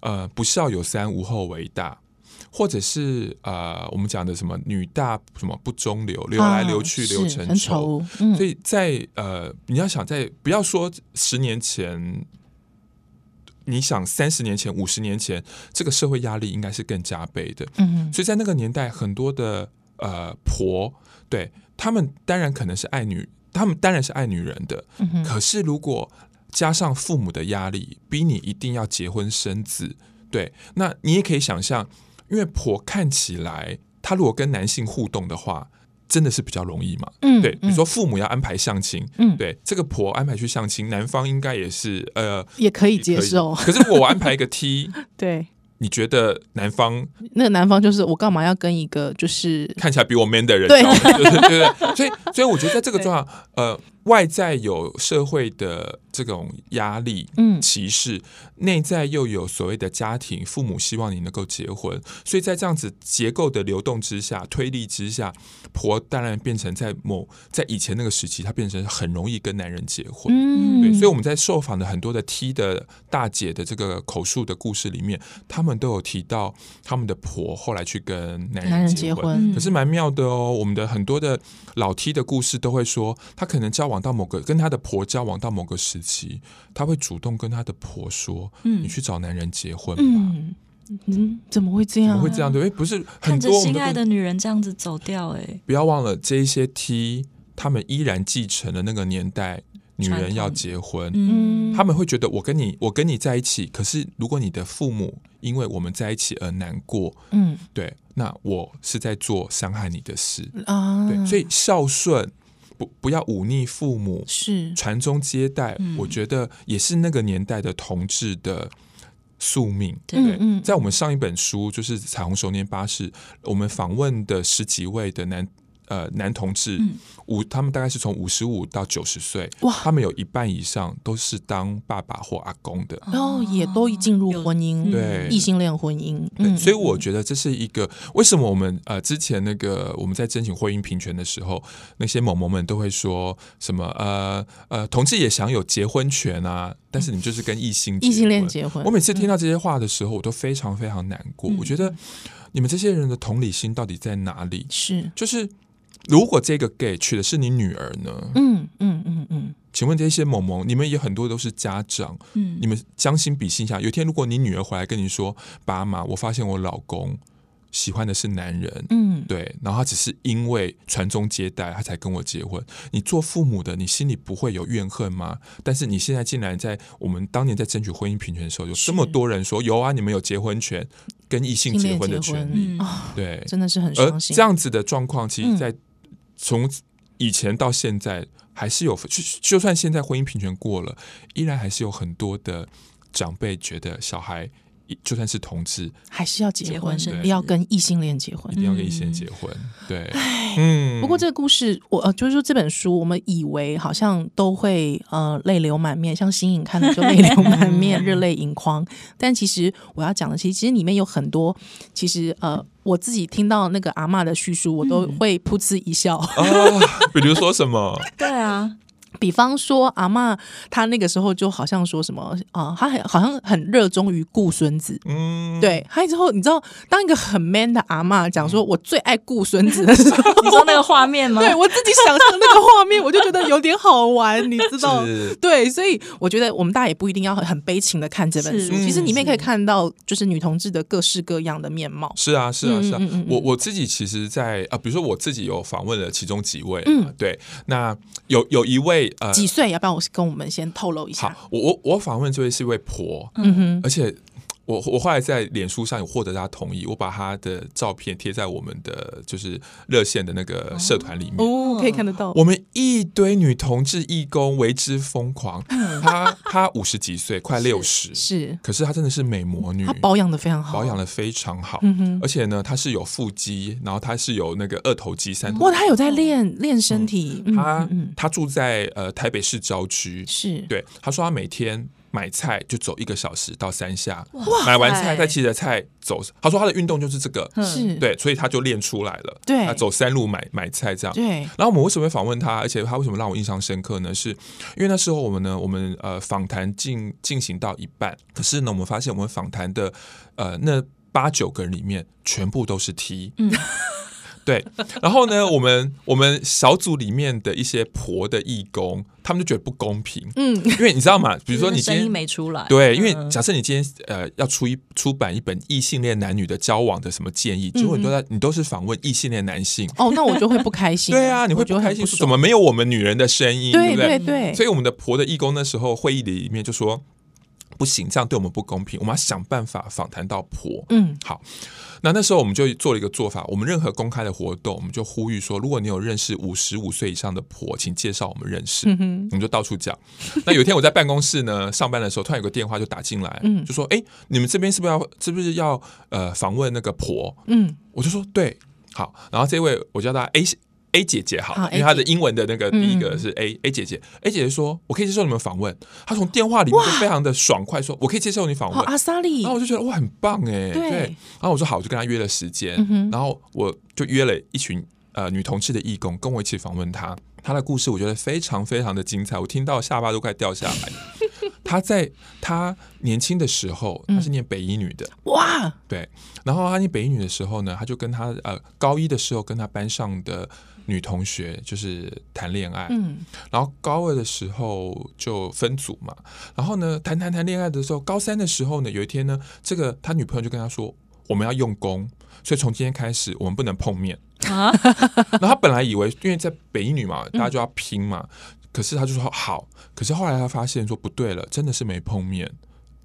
Speaker 3: 呃，不孝有三，无后为大，或者是呃，我们讲的什么女大什么不中留，流来流去
Speaker 1: 啊
Speaker 3: 流
Speaker 1: 是
Speaker 3: 成
Speaker 1: 很
Speaker 3: 仇。
Speaker 1: 丑，嗯
Speaker 3: 所以在呃，你要想在不要说十年前。你想三十年前、五十年前，这个社会压力应该是更加倍的。
Speaker 1: 嗯
Speaker 3: 所以在那个年代，很多的呃婆，对他们当然可能是爱女，他们当然是爱女人的，
Speaker 1: 嗯哼，
Speaker 3: 可是如果加上父母的压力，逼你一定要结婚生子，对，那你也可以想象，因为婆看起来，她如果跟男性互动的话，真的是比较容易嘛。
Speaker 1: 嗯
Speaker 3: 对，比如说父母要安排相亲，
Speaker 1: 嗯
Speaker 3: 对，这个婆安排去相亲，男方应该也是呃
Speaker 1: 也可以接受，
Speaker 3: 可以可是如果我安排一个 T，
Speaker 1: 对，
Speaker 3: 你觉得男方
Speaker 1: 那个男方就是我干嘛要跟一个就是
Speaker 3: 看起来比我 man 的人，
Speaker 1: 对
Speaker 3: 你知道吗对对对，所以所以我觉得在这个状况，呃，外在有社会的这种压力、
Speaker 1: 嗯
Speaker 3: 歧视，内在又有所谓的家庭父母希望你能够结婚，所以在这样子结构的流动之下、推力之下，婆当然变成在某在以前那个时期，她变成很容易跟男人结婚。
Speaker 1: 嗯，
Speaker 3: 对，所以我们在受访的很多的 T 的大姐的这个口述的故事里面，他们都有提到他们的婆后来去跟男
Speaker 1: 嗯男
Speaker 3: 人
Speaker 1: 人
Speaker 3: 结
Speaker 1: 结
Speaker 3: 婚。
Speaker 1: 婚
Speaker 3: 可是蛮妙的哦，我们的很多的老 T 的故事都会说，他可能交往到某个跟他的婆交往到某个时期，他会主动跟他的婆说：“
Speaker 1: 嗯
Speaker 3: 你去找男人结婚吧。
Speaker 1: 嗯嗯，怎么会这
Speaker 3: 怎
Speaker 1: 样
Speaker 3: 么
Speaker 1: 啊？
Speaker 3: 会这样？对，因为不是很
Speaker 2: 看着
Speaker 3: 多我们
Speaker 2: 心
Speaker 3: 都
Speaker 2: 爱的女人这样子走掉、欸，
Speaker 3: 不要忘了这一些 T，他们依然继承了那个年代女
Speaker 2: 传
Speaker 3: 人要
Speaker 2: 统
Speaker 3: 结婚，
Speaker 2: 嗯，
Speaker 3: 他们会觉得我跟你我跟你在一起，可是如果你的父母因为我们在一起而难过，
Speaker 1: 嗯
Speaker 3: 对，那我是在做伤害你的事，
Speaker 1: 啊，
Speaker 3: 对，所
Speaker 1: 以
Speaker 3: 以孝顺不不要忤逆父母，
Speaker 1: 是
Speaker 3: 传宗接代，
Speaker 2: 嗯
Speaker 3: 我觉得也是那个年代的同志的宿命。
Speaker 2: 对
Speaker 3: 对
Speaker 1: 嗯嗯
Speaker 3: 在我们上一本书就是《彩虹熟年巴士》，我们访问的十几位的男呃男同志
Speaker 2: 嗯，
Speaker 3: 五、他们大概是从五十五到九十岁，
Speaker 1: 哇
Speaker 3: 他们有一半以上都是当爸爸或阿公的。
Speaker 1: 然后哦也都进入
Speaker 2: 哦有嗯
Speaker 1: 婚姻，
Speaker 3: 对
Speaker 1: 异性恋婚姻，
Speaker 3: 对，
Speaker 1: 嗯，
Speaker 3: 所以我觉得这是一个为什么我们呃之前那个我们在争取婚姻平权的时候，那些某某们都会说什么呃呃同志也享有结婚权啊，但是你们就是跟异性
Speaker 1: 嗯异性恋
Speaker 3: 婚
Speaker 1: 结婚嗯
Speaker 3: 我，每次听到这些话的时候，我都非常非常难过。我觉得你们这些人的同理心到底在哪里？
Speaker 1: 是，
Speaker 3: 就是如果这个 gay 娶的是你女儿呢？
Speaker 1: 嗯嗯嗯嗯，
Speaker 3: 请问这些萌萌，你们也很多都是家长，
Speaker 2: 嗯
Speaker 3: 你们将心比心一下，有一天如果你女儿回来跟你说：“爸妈，我发现我老公喜欢的是男人。”
Speaker 1: 嗯，
Speaker 3: 对，然后他只是因为传宗接代，他才跟我结婚。你做父母的，你心里不会有怨恨吗？但是你现在竟然在我们当年在争取婚姻平权的时候，有这么多人说有啊，你们有结婚权跟异性
Speaker 1: 异性
Speaker 3: 结
Speaker 1: 恋
Speaker 3: 婚的
Speaker 1: 结
Speaker 3: 权
Speaker 1: 婚
Speaker 3: 利，
Speaker 2: 嗯
Speaker 1: 啊，
Speaker 3: 对，
Speaker 1: 真的是很
Speaker 3: 而
Speaker 1: 伤心
Speaker 3: 这。样子的状况，其实，
Speaker 1: 嗯
Speaker 3: 在从以前到现在，还是有就就算现在婚姻平权过了，依然还是有很多的长辈觉得小孩就算是同志，
Speaker 1: 还是要结
Speaker 2: 结
Speaker 1: 婚
Speaker 2: 婚生，
Speaker 1: 要
Speaker 2: 子
Speaker 1: 跟异性恋结婚
Speaker 3: 一。定要跟异性恋结婚。对，嗯。
Speaker 1: 不过这个故事，我呃，就是说这本书，我们以为好像都会呃泪流满面，像新颖看了就泪流满面、热泪盈眶。但其实我要讲的，其实其实里面有很多，其实呃，我自己听到那个阿嬷的叙述，我都会噗嗤一笑。
Speaker 3: 啊， 比如说什么？
Speaker 2: 对 啊，
Speaker 1: 比方说，阿嬷她那个时候就好像说什么啊、她很好像很热衷于顾孙子，
Speaker 3: 嗯，
Speaker 1: 对，还有之后你知道，当一个很 man 的阿嬷讲说我最爱顾孙子的时候，
Speaker 2: 你说那个画面 吗？
Speaker 1: 对我自己想象那个画面，我就觉得有点好玩，你知道。
Speaker 3: 是，
Speaker 1: 对，所以我觉得我们大家也不一定要很很悲情的看这本
Speaker 2: 是
Speaker 1: 书，其实里面
Speaker 2: 嗯
Speaker 1: 可以看到就是女同志的各式各样的面貌。
Speaker 3: 是啊，是啊，是啊
Speaker 1: 嗯嗯嗯嗯。
Speaker 3: 我我自己其实在，啊，比如说我自己有访问了其中几位，啊
Speaker 1: 嗯
Speaker 3: 对，那有有一位呃，
Speaker 1: 几岁？要不要我跟我们先透露一下？
Speaker 3: 好，我我我访问这位是一位婆，
Speaker 1: 嗯哼，
Speaker 3: 而且我我后来在脸书上有获得她同意，我把她的照片贴在我们的就是热线的那个社团里面。
Speaker 1: 哦，可以看得到。
Speaker 3: 我们一堆女同志义工为之疯狂， 她她五十几岁，快六十，
Speaker 1: 嗯是
Speaker 3: 可是她真的是美魔女
Speaker 1: 她，保养的非常好，
Speaker 3: 嗯保养的非常好，
Speaker 1: 嗯哼
Speaker 3: 而且呢，她是有腹肌，然后她是有那个二头肌、三头
Speaker 1: 哇，她有在练练身体。嗯
Speaker 3: 肌，她
Speaker 1: 嗯嗯，
Speaker 3: 她住在呃台北市郊区，
Speaker 1: 是
Speaker 3: 对，他说他每天买菜就走一个小时到山下，买完菜再骑着菜走。他说他的运动就是这个，
Speaker 2: 嗯
Speaker 1: 是，
Speaker 3: 对，所以他就练出来了。
Speaker 1: 对
Speaker 3: 他走山路买买菜这样。
Speaker 1: 对，
Speaker 3: 然后我们为什么会访问他？而且他为什么让我印象深刻呢？是因为那时候我们呢，我们呃访谈进进行到一半，可是呢，我们发现我们访谈的呃那八九个人里面全部都是 T，
Speaker 2: 嗯
Speaker 3: 对，然后呢，我们我们小组里面的一些婆的义工，他们就觉得不公平，
Speaker 1: 嗯，
Speaker 3: 因为你知道吗？比如说
Speaker 2: 就是那
Speaker 3: 你今
Speaker 2: 声音
Speaker 3: 天。
Speaker 2: 没出来，
Speaker 3: 对，因为
Speaker 2: 嗯
Speaker 3: 假设你今天呃要出一出版一本异性恋男女的交往的什么建议，结果你都在你都是访问异性恋男性，
Speaker 1: 哦，那我就会不开心。
Speaker 3: 对啊，你
Speaker 1: 我
Speaker 3: 会
Speaker 1: 就
Speaker 3: 不
Speaker 1: 会
Speaker 3: 开心，
Speaker 1: 很
Speaker 3: 说
Speaker 1: 爽
Speaker 3: 怎么没有我们女人的声音，
Speaker 1: 对
Speaker 3: 不
Speaker 1: 对对，
Speaker 3: 所以我们的婆的义工那时候会议里面就说，不行，这样对我们不公平，我们要想办法访谈到婆。
Speaker 1: 嗯
Speaker 3: 好，那那时候我们就做了一个做法，我们任何公开的活动，我们就呼吁说，如果你有认识五十五岁以上的婆，请介绍我们认识。
Speaker 1: 嗯哼，
Speaker 3: 我们就到处讲。那有一天我在办公室呢上班的时候，突然有个电话就打进来，
Speaker 1: 嗯
Speaker 3: 就说：“哎、你们这边是不是要是不是要呃访问那个婆？”
Speaker 1: 嗯，
Speaker 3: 我就说对，好。然后这位我叫她 A 先 A 姐姐好了，
Speaker 1: 好
Speaker 3: 因为她
Speaker 1: A 姐
Speaker 3: 的英文的那个
Speaker 1: 嗯
Speaker 3: 第一个是 A、A 姐姐，A 姐姐说我可以接受你们访问，她从电话里面就非常的爽快说，我可以接受你访
Speaker 1: 好，
Speaker 3: 问。
Speaker 1: 阿萨利
Speaker 3: 然，后我就觉得哇，很棒哎，
Speaker 1: 对
Speaker 3: 然后我说好，我就跟她约了时间，
Speaker 1: 嗯哼
Speaker 3: 然后我就约了一群呃女同志的义工跟我一起访问她。她的故事我觉得非常非常的精彩，我听到下巴都快掉下来。 她在她年轻的时候，她
Speaker 1: 嗯
Speaker 3: 是念北医女的，
Speaker 1: 哇，
Speaker 3: 对，然后她念北一女的时候呢，她就跟她呃高一的时候跟她班上的女同学就是谈恋爱，
Speaker 1: 嗯
Speaker 3: 然后高二的时候就分组嘛，然后呢谈谈谈恋爱的时候，高三的时候呢，有一天呢，这个她女朋友就跟她说我们要用功，所以从今天开始我们不能碰面。
Speaker 2: 啊，
Speaker 3: 然后她本来以为因为在北一女嘛，
Speaker 1: 嗯
Speaker 3: 大家就要拼嘛，可是她就说好，可是后来她发现说不对了，真的是没碰面，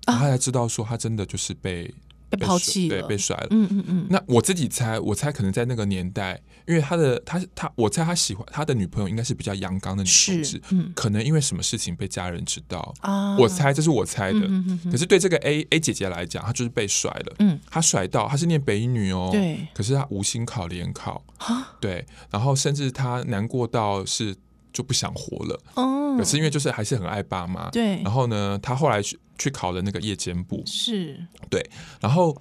Speaker 3: 然后她才知道说她真的就是被。
Speaker 1: 啊被
Speaker 3: 被
Speaker 1: 抛
Speaker 3: 甩
Speaker 1: 弃
Speaker 3: 对，
Speaker 1: 了，
Speaker 3: 被甩了。
Speaker 1: 嗯嗯嗯，
Speaker 3: 那我自己猜，我猜可能在那个年代，因为他的他他，我猜他喜欢他的女朋友应该是比较阳刚的女
Speaker 1: 是
Speaker 3: 同志，，
Speaker 1: 嗯
Speaker 3: 可能因为什么事情被家人知道，
Speaker 1: 啊，
Speaker 3: 我猜这是我猜的。
Speaker 1: 嗯嗯嗯嗯
Speaker 3: 可是对这个 A A 姐姐来讲，她就是被甩了，
Speaker 1: 嗯，
Speaker 3: 她甩到她是念北一女哦，
Speaker 1: 对，啊
Speaker 3: 可是她无心考联考，对，然后甚至她难过到是就不想活了，
Speaker 1: 哦
Speaker 3: 可，是因为就是还是很爱爸妈，
Speaker 1: 对
Speaker 3: 然后呢，她后来去去考了那个夜间部，
Speaker 1: 是，
Speaker 3: 然后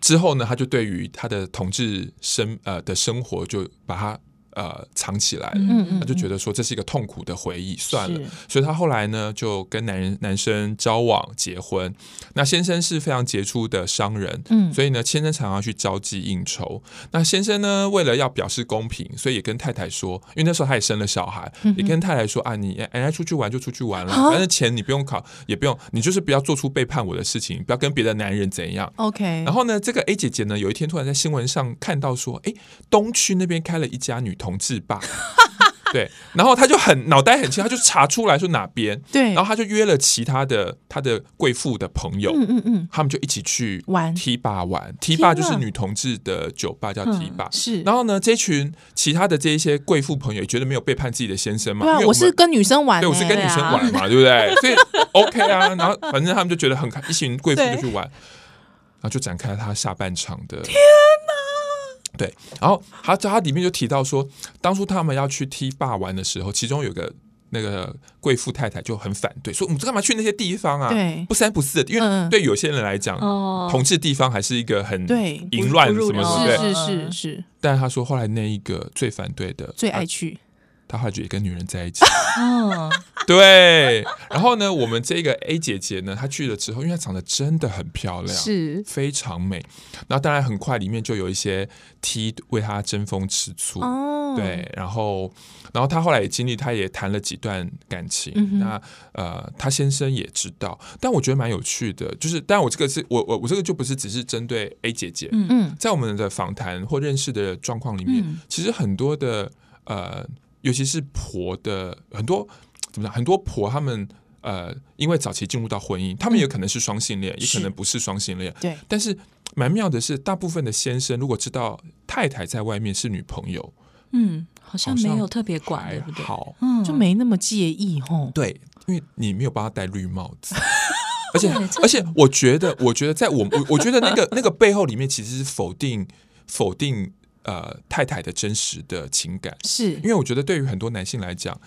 Speaker 3: 之后呢，他就对于他的同志生呃的生活就把它呃藏起来了。
Speaker 1: 嗯嗯，
Speaker 3: 他就觉
Speaker 1: 得
Speaker 3: 得说这是一个痛苦的回忆，算了。，所以他后来呢，就跟男人男生交往、结婚。那先生是非常杰出的商人，
Speaker 1: 嗯
Speaker 3: 所以呢，先生常常去交际应酬。那先生呢，为了要表示公平，所以也跟太太说，因为那时候他也生了小孩，
Speaker 1: 嗯
Speaker 3: 也跟太太说啊，你哎爱出去玩就出去玩
Speaker 1: 啊
Speaker 3: 了，反正钱你不用考，也不用，你就是不要做出背叛我的事情，不要跟别的男人怎样。
Speaker 1: ，OK，
Speaker 3: 然后呢，这个 A 姐姐呢，有一天突然在新闻上看到说，哎，东区那边开了一家女同志吧。 对，然后她就很脑袋很清，她就查出来说哪边，
Speaker 1: 对，
Speaker 3: 然后她就约了其他的她的贵妇的朋友，
Speaker 1: 嗯嗯嗯，
Speaker 3: 他们就一起去
Speaker 1: 玩
Speaker 3: T 吧玩，T
Speaker 1: 天啊嗯
Speaker 3: 吧就是女同志的酒吧叫 T 吧。
Speaker 1: 是，
Speaker 3: 然后呢，这群其他的这一些贵妇朋友也觉得没有背叛自己的先生嘛，
Speaker 1: 对啊
Speaker 3: 因，为
Speaker 1: 我
Speaker 3: 们
Speaker 1: 是跟女生玩欸，
Speaker 3: 对，我是
Speaker 2: 对
Speaker 3: 跟女
Speaker 2: 啊
Speaker 3: 生玩嘛，对不对？所以 OK 啊，然后反正他们就觉得很开，一群贵妇
Speaker 1: 对
Speaker 3: 就去玩，然后就展开他下半场的。天哪！对，然后他他里面就提到说，当初他们要去 T 坝玩的时候，其中有个那个贵妇太太就很反对，说我们干嘛去那些地方啊？
Speaker 1: 对
Speaker 3: 不三不四的，因
Speaker 1: 嗯
Speaker 3: 为对有些人来讲，
Speaker 2: 哦
Speaker 3: 同志地方还是一个很
Speaker 1: 对
Speaker 3: 淫乱什
Speaker 2: 不入
Speaker 3: 么什么
Speaker 2: 流
Speaker 3: 对。
Speaker 1: 是
Speaker 3: 嗯
Speaker 1: 是是是，
Speaker 3: 但他说后来那一个最反对的
Speaker 1: 最
Speaker 3: 他
Speaker 1: 爱去，
Speaker 3: 他后来就也跟女人在一起。
Speaker 2: 嗯，
Speaker 3: 对，然后呢，我们这个 A 姐姐呢，她去了之后，因为她长得真的很漂亮，
Speaker 1: 是
Speaker 3: 非常美。那当然，很快里面就有一些 T 为她争风吃醋。
Speaker 1: 哦，
Speaker 3: 对，然后，然后她后来也经历，她也谈了几段感情。
Speaker 1: 嗯哼
Speaker 3: 那呃，她先生也知道，但我觉得蛮有趣的，就是，但我这个是我我我这个就不是只是针对 A 姐姐，
Speaker 2: 嗯
Speaker 1: 嗯，
Speaker 3: 在我们的访谈或认识的状况里面，
Speaker 2: 嗯
Speaker 3: 其实很多的呃，尤其是婆的很多怎么讲，很多婆她们呃，因为早期进入到婚姻，她们也可能是双性恋，也
Speaker 1: 是
Speaker 3: 可能不是双性恋，
Speaker 1: 嗯对，
Speaker 3: 但是。蛮妙的是，大部分的先生如果知道太太在外面是女朋友，
Speaker 2: 嗯，好像
Speaker 3: 好像
Speaker 2: 没有特别管，
Speaker 3: 还
Speaker 2: 对不对？
Speaker 3: 好，
Speaker 2: 嗯，
Speaker 1: 就没那么介意吼，
Speaker 3: 对，因为你没有帮他戴绿帽 子，而且
Speaker 2: 对这
Speaker 3: 而且，我觉得，我觉得在我我我觉得那个那个背后里面其实是否定否定呃太太的真实的情感，
Speaker 1: 是
Speaker 3: 因为我觉得对于很多男性来讲，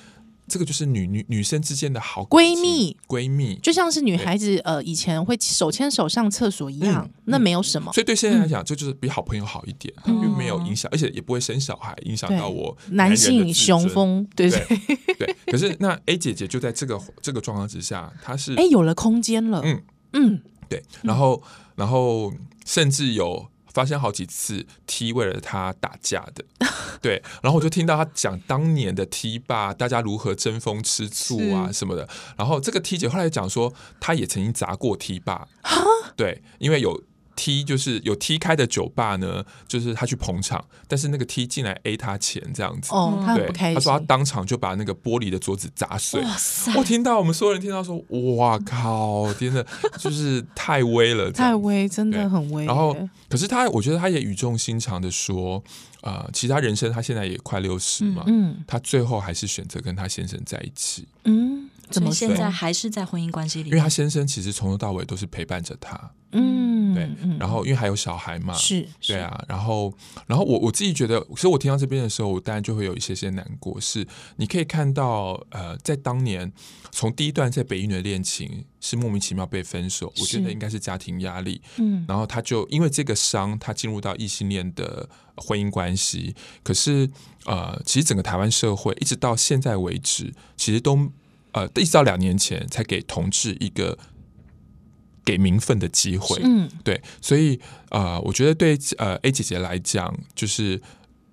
Speaker 3: 这个就是女女女生之间的好
Speaker 1: 闺
Speaker 3: 感情
Speaker 1: 蜜
Speaker 3: 闺蜜，
Speaker 1: 就像是女孩子呃以前会手牵手上厕所一样
Speaker 3: 嗯，
Speaker 1: 那没有什么。
Speaker 3: 所以对现在
Speaker 1: 嗯
Speaker 3: 来讲，这就是比好朋友好一点，
Speaker 2: 嗯
Speaker 3: 并没有影响，而且也不会生小孩，影
Speaker 1: 哦
Speaker 3: 响
Speaker 1: 对
Speaker 3: 到我
Speaker 1: 男
Speaker 3: 人的
Speaker 1: 性
Speaker 3: 自
Speaker 1: 雄
Speaker 3: 尊。
Speaker 1: 风，对对
Speaker 3: 对，对，可是那 A 姐姐就在这个这个状况之下，她 是
Speaker 1: 哎，有了空间了，
Speaker 3: 嗯
Speaker 1: 嗯，
Speaker 3: 对，然后然后甚至有发生好几次 T 为了他打架 的，对，然后我就听到他讲当年的 T 爸大家如何争风吃醋啊
Speaker 1: 是
Speaker 3: 什么的，然后这个 T 姐后来讲说，她也曾经砸过 T 爸，
Speaker 1: 啊
Speaker 3: 对，因为有。T 就是有 T 开的酒吧呢，就是他去捧场，但是那个 T 进来 A 他钱这样子，
Speaker 1: 哦，他很
Speaker 3: 对，
Speaker 1: 不开
Speaker 3: 他
Speaker 1: 心
Speaker 3: 说他。当场就把那个玻璃的桌子砸碎。
Speaker 2: 哇塞，
Speaker 3: 我听到我们所有人听到说，哇靠，真的就是太威了，这样
Speaker 1: 太。威，真
Speaker 3: 对
Speaker 1: 的很威耶。
Speaker 3: 然后，可是他，我觉得他也语重心长的说，呃，其实他人生他现在也快六十嘛，
Speaker 1: 嗯
Speaker 3: 他最后还是选择跟他先生在一起，
Speaker 1: 嗯，怎
Speaker 2: 所以
Speaker 1: 么
Speaker 2: 现
Speaker 1: 说
Speaker 2: 在还是在婚姻关系里
Speaker 3: 因为
Speaker 2: 面？
Speaker 3: 他先生其实从头到尾都是陪伴着他，
Speaker 1: 嗯，
Speaker 3: 对，
Speaker 1: 嗯
Speaker 3: 然后因为还有小孩嘛，
Speaker 1: 是，
Speaker 3: 对
Speaker 1: 是，
Speaker 3: 啊，然后，然后我我自己觉得，其实我听到这边的时候，我当然就会有一些些难过。是你可以看到，呃，在当年从第一段在北一女的恋情是莫名其妙被分手，我觉
Speaker 1: 是
Speaker 3: 得应该是家庭压力。
Speaker 1: 嗯
Speaker 3: 然后他就因为这个伤，他进入到异性恋的婚姻关系。可是，呃，其实整个台湾社会一直到现在为止，其实都呃一直到两年前才给同志一个给名分的机会。
Speaker 1: 嗯，
Speaker 3: 对，所以呃，我觉得对呃 A 姐姐来讲，就是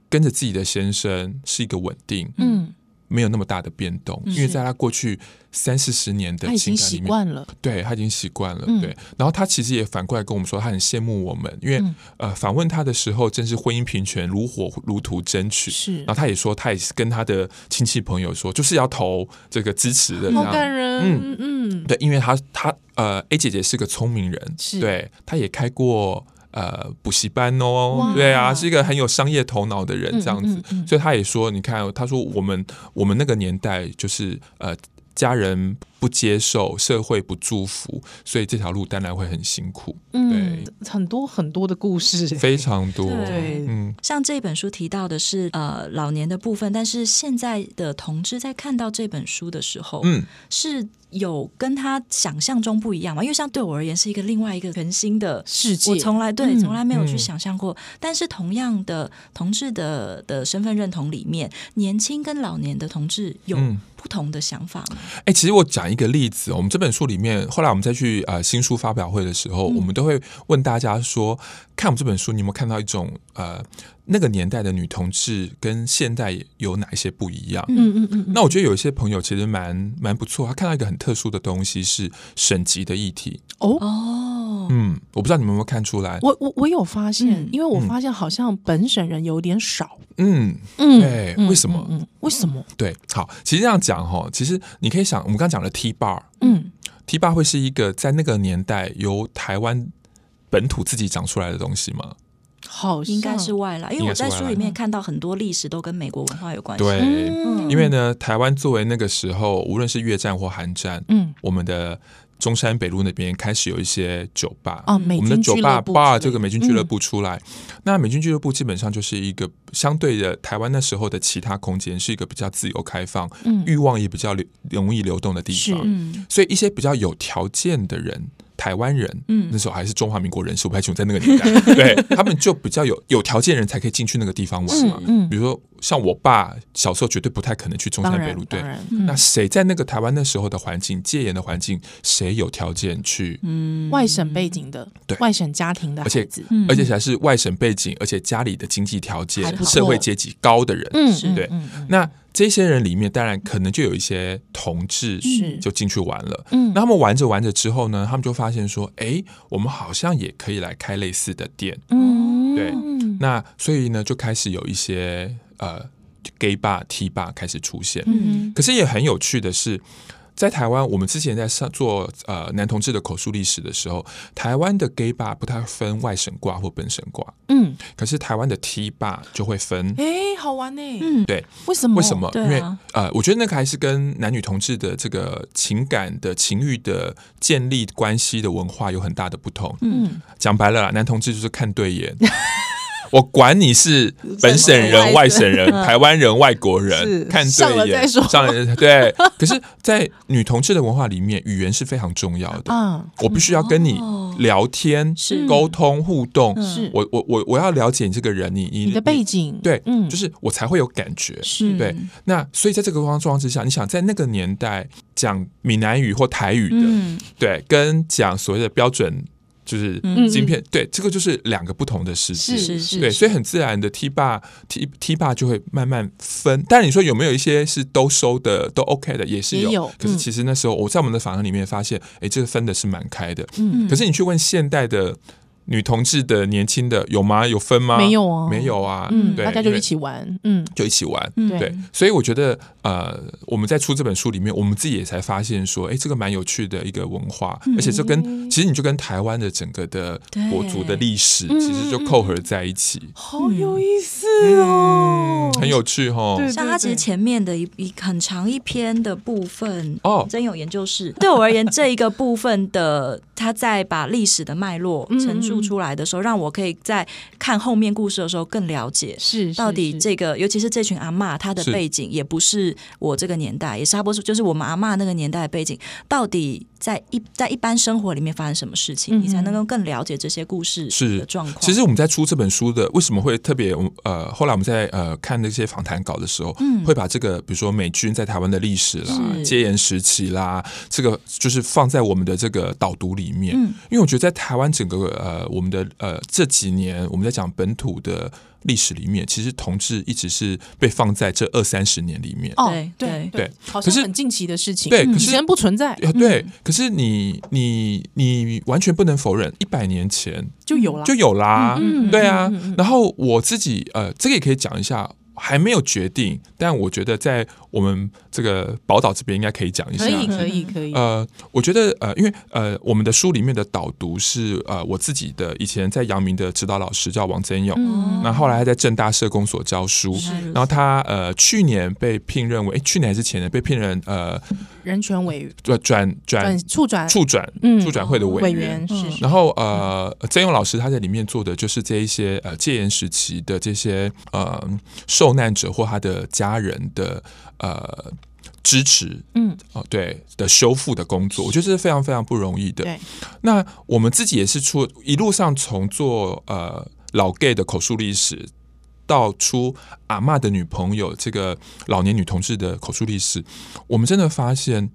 Speaker 3: 跟着自己的先生是一个稳定，
Speaker 1: 嗯，
Speaker 3: 没有那么大的变动，因为在她过去三四十年的
Speaker 1: 他已
Speaker 3: 情
Speaker 1: 经
Speaker 3: 感
Speaker 1: 习
Speaker 3: 里面，
Speaker 1: 惯了，
Speaker 3: 对她已经习惯了，
Speaker 1: 嗯
Speaker 3: 对。然后她其实也反过来跟我们说，她很羡慕我们，因为、
Speaker 1: 嗯
Speaker 3: 呃，访问她的时候，正是婚姻平权如火如荼争取。
Speaker 1: 是
Speaker 3: 然后，她也说，她也是跟她的亲戚朋友说，就是要投这个支持的这
Speaker 1: 好
Speaker 3: 样。
Speaker 1: 感人，嗯，
Speaker 3: 对，因为她她呃，A 姐姐是个聪明人，
Speaker 1: 是
Speaker 3: 对，她也开过呃补习班哦
Speaker 1: 哇，
Speaker 3: 对啊，是一个很有商业头脑的人这样子，
Speaker 1: 嗯嗯嗯
Speaker 3: 所以她也说，你看，她说我们我们那个年代就是呃。家人不接受，社会不祝福，所以这条路当然会很辛苦，
Speaker 1: 嗯，很多很多的故事，
Speaker 3: 非常多。
Speaker 2: 对
Speaker 3: 嗯，
Speaker 2: 像这本书提到的是呃老年的部分，但是现在的同志在看到这本书的时候，
Speaker 3: 嗯，
Speaker 2: 是有跟他想象中不一样嘛？因为像对我而言是一个另外一个全新的
Speaker 1: 世界
Speaker 2: 我从来对
Speaker 1: 嗯
Speaker 2: 从来没有去
Speaker 3: 嗯
Speaker 2: 想象过。但是同样的同志的的身份认同里面，年轻跟老年的同志有
Speaker 3: 嗯
Speaker 2: 不同的想法吗？
Speaker 3: 哎、其实我讲一个例子，我们这本书里面，后来我们再去呃新书发表会的时候，
Speaker 1: 嗯
Speaker 3: 我们都会问大家说，看我们这本书，你有没有看到一种呃那个年代的女同志跟现代有哪一些不一样？
Speaker 1: 嗯嗯嗯嗯，
Speaker 3: 那我觉得有一些朋友其实蛮蛮不错，他看到一个很特殊的东西是省级的议题。
Speaker 1: 哦。
Speaker 2: 哦，
Speaker 3: 嗯，我不知道你们有没有看出来？
Speaker 1: 我我我有发现
Speaker 2: 嗯，
Speaker 1: 因为我发现好像本省人有点少，
Speaker 3: 嗯，
Speaker 1: 嗯，
Speaker 3: 对，
Speaker 1: 嗯
Speaker 3: 为什么？
Speaker 1: 嗯，嗯为什么？
Speaker 3: 对，好，其实这样讲哈，其实你可以想，我们刚刚讲的 T bar，
Speaker 1: 嗯，
Speaker 3: T 八会是一个在那个年代由台湾本土自己长出来的东西吗？
Speaker 1: 好像，
Speaker 2: 应该是外来，因为我在
Speaker 3: 应该是
Speaker 2: 书
Speaker 3: 外来
Speaker 2: 里面看到很多历史都跟美国文化有关系。
Speaker 3: 对，
Speaker 1: 嗯
Speaker 3: 因为呢，台湾作为那个时候，无论是越战或韩战，
Speaker 1: 嗯
Speaker 3: 我们的中山北路那边开始有一些酒吧。
Speaker 1: 哦，美
Speaker 3: 我们的
Speaker 1: 军
Speaker 3: 酒
Speaker 1: 俱
Speaker 3: 吧
Speaker 1: 乐部之
Speaker 3: bar
Speaker 1: 类
Speaker 3: 这个
Speaker 1: 的嗯
Speaker 3: 美军俱乐，部出来，那美军俱乐部基本上就是一个相对的台湾那时候的其他空间是一个比较自由开放，
Speaker 1: 嗯
Speaker 3: 欲望也比较流容易流动的地
Speaker 1: 是
Speaker 3: 方。
Speaker 2: 嗯
Speaker 3: 所以一些比较有条件的人，台湾人，
Speaker 2: 嗯
Speaker 3: 那时候还是中华民国人士，我不太清楚在那个年 代，对他们就比较有有条件人才可以进去那个地方玩嘛。
Speaker 1: 嗯嗯
Speaker 3: 比如说像我爸小时候绝对不太可能去中
Speaker 1: 当
Speaker 3: 山北
Speaker 1: 然
Speaker 3: 路，，对
Speaker 1: 当。然，
Speaker 3: 那谁在那个台湾那时候的环境，戒严的环境，谁有条件去？
Speaker 2: 嗯
Speaker 1: 外省背景的
Speaker 3: 对，
Speaker 1: 外省家庭的
Speaker 3: 嗯而且
Speaker 1: 孩子，
Speaker 2: 嗯
Speaker 3: 而且还是外省背景，而且家里的经济条
Speaker 2: 还
Speaker 3: 件、
Speaker 2: 不错
Speaker 3: 社会阶级高的人，
Speaker 1: 嗯，
Speaker 2: 是
Speaker 1: 嗯
Speaker 3: 对
Speaker 1: 嗯嗯
Speaker 3: 那这些人里面，当然可能就有一些同志
Speaker 1: 是
Speaker 3: 就进去玩了。
Speaker 1: 嗯
Speaker 3: 那他们玩着玩着之后呢，他们就发现说，哎，我们好像也可以来开类似的店。
Speaker 1: 嗯，
Speaker 3: 对那所以呢，就开始有一些呃 gay bar、T bar 开始出现。
Speaker 1: 嗯
Speaker 3: 可是也很有趣的是，在台湾，我们之前在上做呃男同志的口述历史的时候，台湾的 gay bar 不太分外省挂或本省挂，
Speaker 1: 嗯，
Speaker 3: 可是台湾的 T bar 就会分。
Speaker 1: 哎，好玩呢，
Speaker 2: 嗯，
Speaker 3: 对，
Speaker 1: 为什么？
Speaker 3: 为什么？
Speaker 2: 对啊
Speaker 3: 因为呃，我觉得那个还是跟男女同志的这个情感的情欲的建立关系的文化有很大的不同。
Speaker 1: 嗯，
Speaker 3: 讲白了啦，男同志就是看对眼。 我管你是本省
Speaker 1: 什
Speaker 3: 人、
Speaker 1: 么
Speaker 3: 外
Speaker 1: 外
Speaker 3: 省人、台湾人、外国人
Speaker 1: 是，
Speaker 3: 看
Speaker 1: 上
Speaker 3: 对
Speaker 1: 了
Speaker 3: 眼
Speaker 1: 再说
Speaker 3: 上了对。可是，在女同志的文化里面，语言是非常重要的。
Speaker 1: 啊，
Speaker 3: 我必须要跟你
Speaker 2: 哦
Speaker 3: 聊天、
Speaker 2: 是
Speaker 3: 沟通、互动。
Speaker 1: 是
Speaker 3: 我我我我要了解你这个人，你
Speaker 1: 嗯
Speaker 3: 你
Speaker 1: 你的背
Speaker 3: 景。
Speaker 1: 景，
Speaker 3: 对，
Speaker 1: 嗯，
Speaker 3: 就是我才会有感觉。
Speaker 1: 是
Speaker 3: 对，那所以在这个状况之下，你想在那个年代讲闽南语或台语的，
Speaker 2: 嗯，
Speaker 3: 对，跟讲所谓的标准就是
Speaker 2: 嗯
Speaker 3: 晶片，对，这个就是两个不同的世界。
Speaker 2: 是
Speaker 3: 对，所以很自然的 T 霸 T T 霸就会慢慢分。但你说有没有一些是都收的都 OK 的，也是有。
Speaker 1: 也有
Speaker 3: 可是
Speaker 1: 嗯
Speaker 3: 其实那时候我在我们的访谈里面发现，哎，这个分的是蛮开的。
Speaker 1: 嗯
Speaker 3: 可是你去问现代的女同志的年轻的有吗？有分吗？
Speaker 1: 没有啊，
Speaker 3: 没，有啊。
Speaker 1: 嗯，
Speaker 3: 对
Speaker 1: 大家就
Speaker 3: 因为
Speaker 1: 一起玩，嗯，
Speaker 3: 就一起玩。
Speaker 2: 嗯
Speaker 3: 对，所以我觉得，呃，我们在出这本书里面，我们自己也才发现说，哎，这个蛮有趣的一个文化，
Speaker 1: 嗯
Speaker 3: 而且这跟其实你就跟台湾的整个的
Speaker 2: 对
Speaker 3: 国族的历史，
Speaker 1: 嗯
Speaker 3: 其实就扣合在一起，
Speaker 1: 好有意思哦
Speaker 3: 嗯，很有趣哈。
Speaker 1: 对
Speaker 2: 像他其实前面的一一很长一篇的部分
Speaker 3: 哦
Speaker 2: 真有研 究室。对我而言，这一个部分的他在把历史的脉络
Speaker 1: 嗯
Speaker 2: 陈述出来的时候，让我可以在看后面故事的时候更了解。
Speaker 1: 是
Speaker 2: 到底这个，尤其是这群阿嬷，她的
Speaker 3: 是
Speaker 2: 背景也不是我这个年代，也是差不多就是我们阿嬷那个年代的背景，到底在一在一般生活里面发生什么事情，
Speaker 1: 嗯哼
Speaker 2: 你才能够更了解这些故事
Speaker 3: 是
Speaker 2: 的状况。
Speaker 3: 其实我们在出这本书的，为什么会特别呃，后来我们在呃看那些访谈稿的时候，
Speaker 2: 嗯
Speaker 3: 会把这个比如说美军在台湾的历史啦、
Speaker 2: 是
Speaker 3: 戒严时期啦，这个就是放在我们的这个导读里面，
Speaker 2: 嗯
Speaker 3: 因为我觉得在台湾整个呃我们的呃这几年我们在讲本土的。历史里面，其实同志一直是被放在这二三十年里面。
Speaker 1: 哦
Speaker 2: 对，
Speaker 1: 对
Speaker 3: 对
Speaker 1: 好
Speaker 3: 可
Speaker 1: 像
Speaker 3: 是
Speaker 1: 很近期的事情，
Speaker 3: 对可
Speaker 1: 以
Speaker 3: 是
Speaker 1: 前不存在
Speaker 3: 呃对，
Speaker 2: 嗯
Speaker 3: 可是你你你完全不能否认，一百年前
Speaker 1: 就有了，
Speaker 3: 就有啦，
Speaker 1: 嗯
Speaker 3: 对啊
Speaker 1: 嗯嗯嗯。
Speaker 3: 然后我自己呃，这个也可以讲一下，还没有决定，但我觉得在我们这个宝岛这边应该可以讲一下
Speaker 1: 可。以可以可以，
Speaker 3: 呃，我觉得呃，因为呃，我们的书里面的导读是呃我自己的以前在阳明的指导老师叫王真勇，
Speaker 1: 嗯
Speaker 3: 那、后来他在正大社工所教书，然后他呃去年被聘任为，诶去年还是前年被聘任呃
Speaker 1: 人权委员
Speaker 3: 转转
Speaker 1: 转
Speaker 3: 转
Speaker 1: 处转
Speaker 3: 嗯处转
Speaker 1: 嗯
Speaker 3: 处转会的
Speaker 1: 委
Speaker 3: 委员，
Speaker 1: 员
Speaker 2: 嗯
Speaker 1: 是是
Speaker 3: 然后呃，曾勇老师他在里面做的就是这一些呃戒严时期的这些呃受难者或他的家人的呃支持，
Speaker 1: 嗯
Speaker 3: 哦、对的修复的工作，我觉得这是非常非常不容易的。
Speaker 1: 对，
Speaker 3: 那我们自己也是出一路上从做呃老 gay 的口述历史。到出阿嬷的女朋友，这个老年女同志的口述历史，我们真的发现，